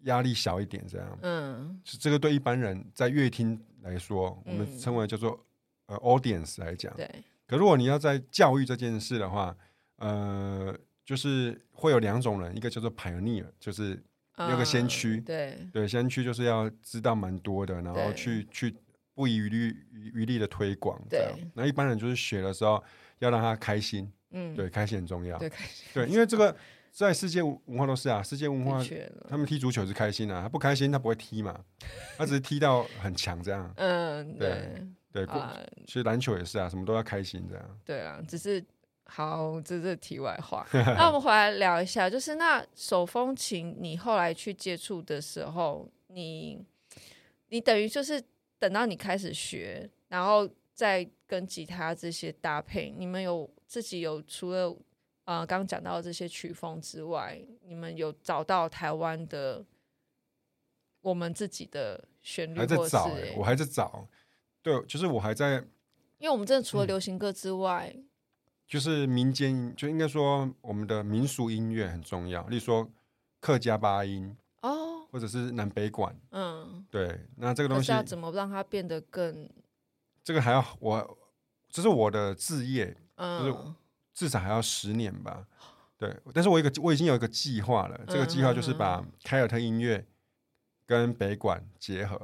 Speaker 2: 压力小一点，这样。
Speaker 1: 嗯，
Speaker 2: 是这个对一般人在乐听来说，我
Speaker 1: 嗯
Speaker 2: 们称为叫做呃 audience 来讲。
Speaker 1: 对，
Speaker 2: 可如果你要在教育这件事的话，呃，就是会有两种人，一个叫做 pioneer，就是有个先
Speaker 1: 嗯
Speaker 2: 驱
Speaker 1: 对，
Speaker 2: 对，先去就是要知道蛮多的，然后
Speaker 1: 对
Speaker 2: 去去不遗余力余余力的推广。这样
Speaker 1: 对，
Speaker 2: 那一般人就是学的时候要让他开心，
Speaker 1: 嗯，
Speaker 2: 对，开心很重要。啊
Speaker 1: 对，开始
Speaker 2: 对，因为这个在世界文化都是啊，世界文化
Speaker 1: 的确了，
Speaker 2: 他们踢足球是开心啊，他不开心他不会踢嘛，他只是踢到很强 这样。
Speaker 1: 嗯，
Speaker 2: 对
Speaker 1: 对
Speaker 2: 对，过
Speaker 1: 啊，
Speaker 2: 其实篮球也是啊，什么都要开心这样。
Speaker 1: 对啊，只是好，这是题外话。 那我们回来聊一下，就是那手风琴，你后来去接触的时候，你你等于就是等到你开始学，然后再跟吉他这些搭配，你们有自己有除了呃刚刚讲到的这些曲风之外，你们有找到台湾的我们自己的旋律
Speaker 2: 还在
Speaker 1: 或是
Speaker 2: 找、欸，我还在找。对，就是我还在，
Speaker 1: 因为我们真的
Speaker 2: 嗯
Speaker 1: 除了流行歌之外，
Speaker 2: 就是民间，就应该说我们的民俗音乐很重要，例如说客家八音
Speaker 1: 哦，
Speaker 2: 或者是南北管。
Speaker 1: 嗯。
Speaker 2: 对，那这个
Speaker 1: 可
Speaker 2: 东
Speaker 1: 是
Speaker 2: 西，
Speaker 1: 要怎么让它变得更
Speaker 2: 这个还要我，这是我的置业，就是
Speaker 1: 嗯
Speaker 2: 至少还要十年吧。对，但是我有一个我已经有一个计划了，这个计划就是把
Speaker 1: 嗯
Speaker 2: 凯尔特音乐跟北管结合。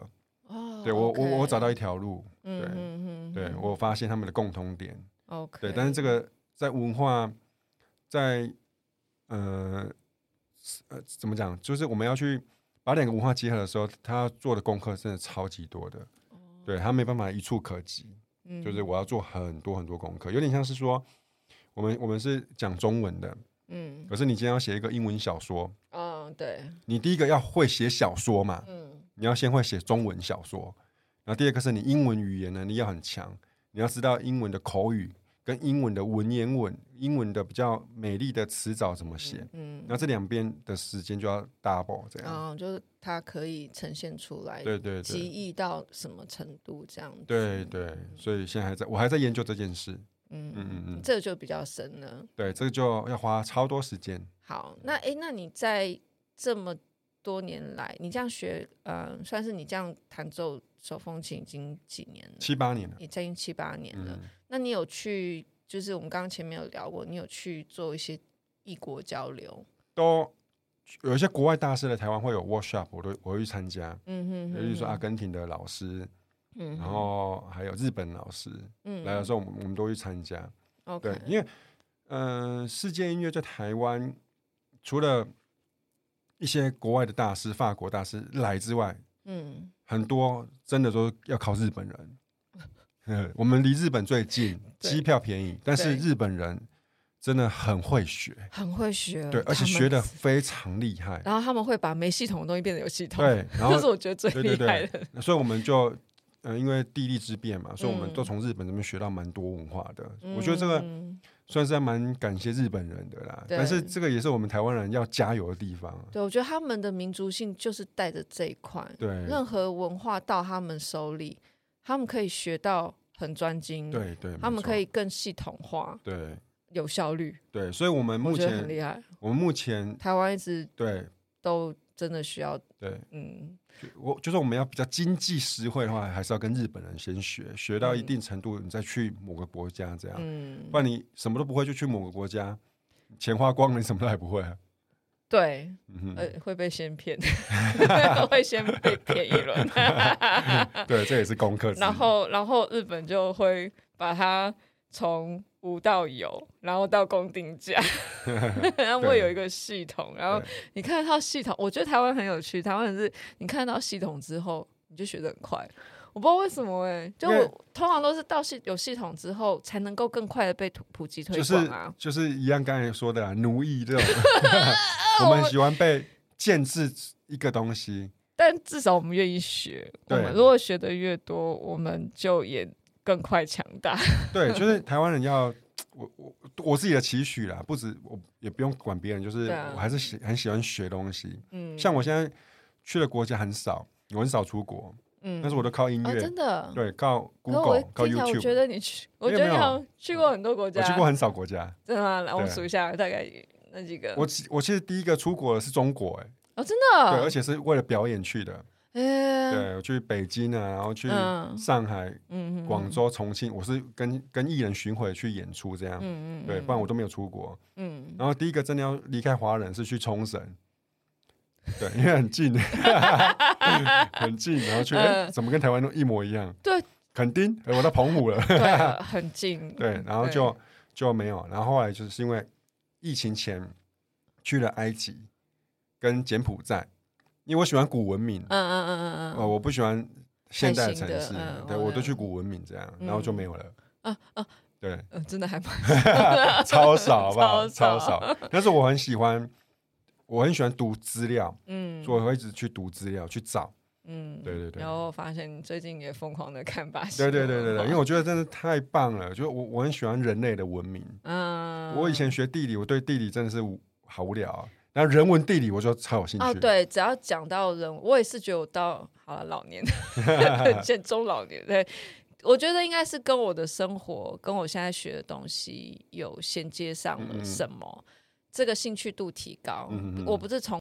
Speaker 1: 哦
Speaker 2: 对我我我找到一
Speaker 1: 条
Speaker 2: 条路，对
Speaker 1: 嗯嗯
Speaker 2: 对我发现他们的共通点。
Speaker 1: OK
Speaker 2: 对，但是这个在文化，在呃呃怎么讲，就是我们要去把两个文化结合的时候，他做的功课真的超级多的，
Speaker 1: 哦
Speaker 2: 对他没办法一触可及。
Speaker 1: 个
Speaker 2: 就是我要做很多很多功课，有点像是说，我们我们是讲中文的，
Speaker 1: 嗯
Speaker 2: 可是你今天要写一个英文小说，
Speaker 1: 嗯对
Speaker 2: 你第一个要会写小说嘛，
Speaker 1: 嗯
Speaker 2: 你要先会写中文小说，然后第二个是你英文语言能力要很强，你要知道英文的口语跟英文的文言文，英文的比较美丽的词藻怎么写，
Speaker 1: 嗯
Speaker 2: 然后这两边的时间就要 double 这样，
Speaker 1: 嗯就是它可以呈现出来，
Speaker 2: 对对
Speaker 1: 极
Speaker 2: 对。
Speaker 1: 意到什么程度这样子？
Speaker 2: 对对，所以现在还在，我还在研究这件事。
Speaker 1: 嗯
Speaker 2: 嗯嗯嗯
Speaker 1: 这就比较深了。
Speaker 2: 对，这个就要花超多时间。
Speaker 1: 好，那诶，那你在这么多年来，你这样学，嗯、算是你这样弹奏手风琴已经几年了？
Speaker 2: 七八年了。
Speaker 1: 也将近七八年了。
Speaker 2: 嗯，
Speaker 1: 那你有去，就是我们刚刚前面有聊过，你有去做一些异国交流，
Speaker 2: 都有一些国外大师来台湾会有 workshop，我都我会去参加，
Speaker 1: 嗯哼
Speaker 2: 比
Speaker 1: 哼，
Speaker 2: 如说啊阿根廷的老师，
Speaker 1: 嗯哼，
Speaker 2: 然后还有日本老师
Speaker 1: 嗯
Speaker 2: 来的时候，我们我们都去参加。
Speaker 1: ，OK，
Speaker 2: 对，因为呃，世界音乐在台湾除了一些国外的大师、法国大师来之外，
Speaker 1: 嗯，
Speaker 2: 很多真的都要靠日本人。 呃我们离日本最近，
Speaker 1: 对
Speaker 2: 机票便宜，但
Speaker 1: 对
Speaker 2: 是日本人真的很会学，
Speaker 1: 很会学，哦
Speaker 2: 对，而且
Speaker 1: 嗯他们
Speaker 2: 学的，非常厉害。
Speaker 1: 然后他们会把没系统的东西变得有系统，，
Speaker 2: 对，然后
Speaker 1: 这是我觉得最
Speaker 2: 对
Speaker 1: 厉
Speaker 2: 对
Speaker 1: 害的，
Speaker 2: 那所以我们就，呃，因为地利之便嘛，所以我们
Speaker 1: 嗯
Speaker 2: 都从日本这边学到蛮多文化的。我觉得这个
Speaker 1: 嗯
Speaker 2: 算是还蛮感谢日本人的啦，
Speaker 1: 对
Speaker 2: 但是这个也是我们台湾人要加油的地方啊。
Speaker 1: 对，我觉得他们的民族性就是带着这一块，
Speaker 2: 对，
Speaker 1: 任何文化到他们手里，他们可以学到很专精，，
Speaker 2: 对对，
Speaker 1: 他
Speaker 2: 没
Speaker 1: 们
Speaker 2: 错
Speaker 1: 可以更系统化、
Speaker 2: 对
Speaker 1: 有效率，
Speaker 2: 对，所以我们
Speaker 1: 我
Speaker 2: 目
Speaker 1: 觉得很
Speaker 2: 前
Speaker 1: 厉害。
Speaker 2: 我们目前
Speaker 1: 台湾一直
Speaker 2: 对
Speaker 1: 都真的需要，
Speaker 2: 对，
Speaker 1: 嗯，
Speaker 2: 就我就是我们要比较经济实惠的话，还是要跟日本人先学，学到一
Speaker 1: 嗯
Speaker 2: 定程度，你再去某个国家这样。
Speaker 1: 嗯
Speaker 2: 不，然你什么都不会，就去某个国家，钱花光了，你什么都还不 会啊。
Speaker 1: 对，
Speaker 2: 嗯哼，
Speaker 1: 呃，会被先骗， 会先被骗一轮，
Speaker 2: 对，这也是功课之一。
Speaker 1: 然后，然后日本就会把它从无到有，然后到公定 价， 然后会有一个系统，然后
Speaker 2: 对
Speaker 1: 你看到系统，我觉得台湾很有趣，台湾人是你看到系统之后，你就学得很快。我不知道为什么哎、就
Speaker 2: 因为
Speaker 1: 我通常都是到系有系统之后，才能够更快的被普普及推
Speaker 2: 就是
Speaker 1: 广啊。
Speaker 2: 就是一样刚才说的啊，奴役 这种， 我们很喜欢被建制一个东西，
Speaker 1: 但至少我们愿意学。我
Speaker 2: 对
Speaker 1: 们如果学的越多，我们就也更快强大。
Speaker 2: 对，就是台湾人要我我我自己的期许啦，不止我也不用管别人，就是
Speaker 1: 对啊
Speaker 2: 我还是喜很喜欢学东西。
Speaker 1: 嗯，
Speaker 2: 像我现在去的国家很少，我很少出国，
Speaker 1: 嗯
Speaker 2: 但是我都靠音
Speaker 1: 哦，
Speaker 2: 乐
Speaker 1: 真，的。
Speaker 2: 对，靠
Speaker 1: 可我
Speaker 2: Google，靠
Speaker 1: 听起来我觉
Speaker 2: YouTube，
Speaker 1: 得你去，我
Speaker 2: 没
Speaker 1: 觉
Speaker 2: 有
Speaker 1: 得你
Speaker 2: 没有
Speaker 1: 好像去过很多国家
Speaker 2: 我，去过很少国家。
Speaker 1: 真的吗？来，我们
Speaker 2: 对
Speaker 1: 数一下，大概那几个。
Speaker 2: 我其我其实第一个出国的是中国，哎，
Speaker 1: 哦，真
Speaker 2: 对，而
Speaker 1: 的，
Speaker 2: 且是为了表演去的。
Speaker 1: 哎，
Speaker 2: 对，我去北京啊，然后去
Speaker 1: 嗯
Speaker 2: 上海、
Speaker 1: 嗯
Speaker 2: 广，州、重庆，我是跟跟艺人巡回去演出这样，
Speaker 1: 嗯嗯嗯，
Speaker 2: 对，不然我都没有出国。
Speaker 1: 嗯，
Speaker 2: 然后第一个真的要离开华人是去冲绳，对，因为 很近， 很近，然后去，哎、
Speaker 1: 嗯
Speaker 2: 怎么跟台湾都一模一样？
Speaker 1: 对，
Speaker 2: 垦丁，哎我到 澎湖了，
Speaker 1: 对了，很近，
Speaker 2: 对，然后就就没有，然后后来就是因为疫情前去了埃及跟柬埔寨，因为我喜欢古文明
Speaker 1: 嗯，嗯嗯嗯
Speaker 2: 呃，
Speaker 1: 嗯
Speaker 2: 我不喜欢现代的城市
Speaker 1: 太新的嗯，
Speaker 2: 对
Speaker 1: 我
Speaker 2: 我都去古文明这样，
Speaker 1: 嗯
Speaker 2: 然后就没有了。
Speaker 1: 啊啊，
Speaker 2: 对，
Speaker 1: 嗯，真的还蛮
Speaker 2: 超少，好不好？
Speaker 1: 超
Speaker 2: 超
Speaker 1: 少
Speaker 2: 少。但是我很喜欢，我很喜欢读资料，
Speaker 1: 嗯
Speaker 2: 所以我会一直去读资料去找。
Speaker 1: 嗯，哦
Speaker 2: 对对对
Speaker 1: 然后发现你最近也疯狂的看巴西
Speaker 2: 对
Speaker 1: 文化，
Speaker 2: 对对对对，因为我觉得真的太棒了，就是我我很喜欢人类的文明。
Speaker 1: 嗯，
Speaker 2: 我以前学地理，我对地理真的是无好无聊、啊，然后人文地理我就超有兴趣。
Speaker 1: 啊，对，只要讲到人，我也是觉得我到好了老年， 现中老年，对，我觉得应该是跟我的生活，跟我现在学的东西有衔接上
Speaker 2: 嗯
Speaker 1: 了
Speaker 2: 嗯
Speaker 1: 什么，这个兴趣度提高。
Speaker 2: 嗯嗯嗯
Speaker 1: 我不是从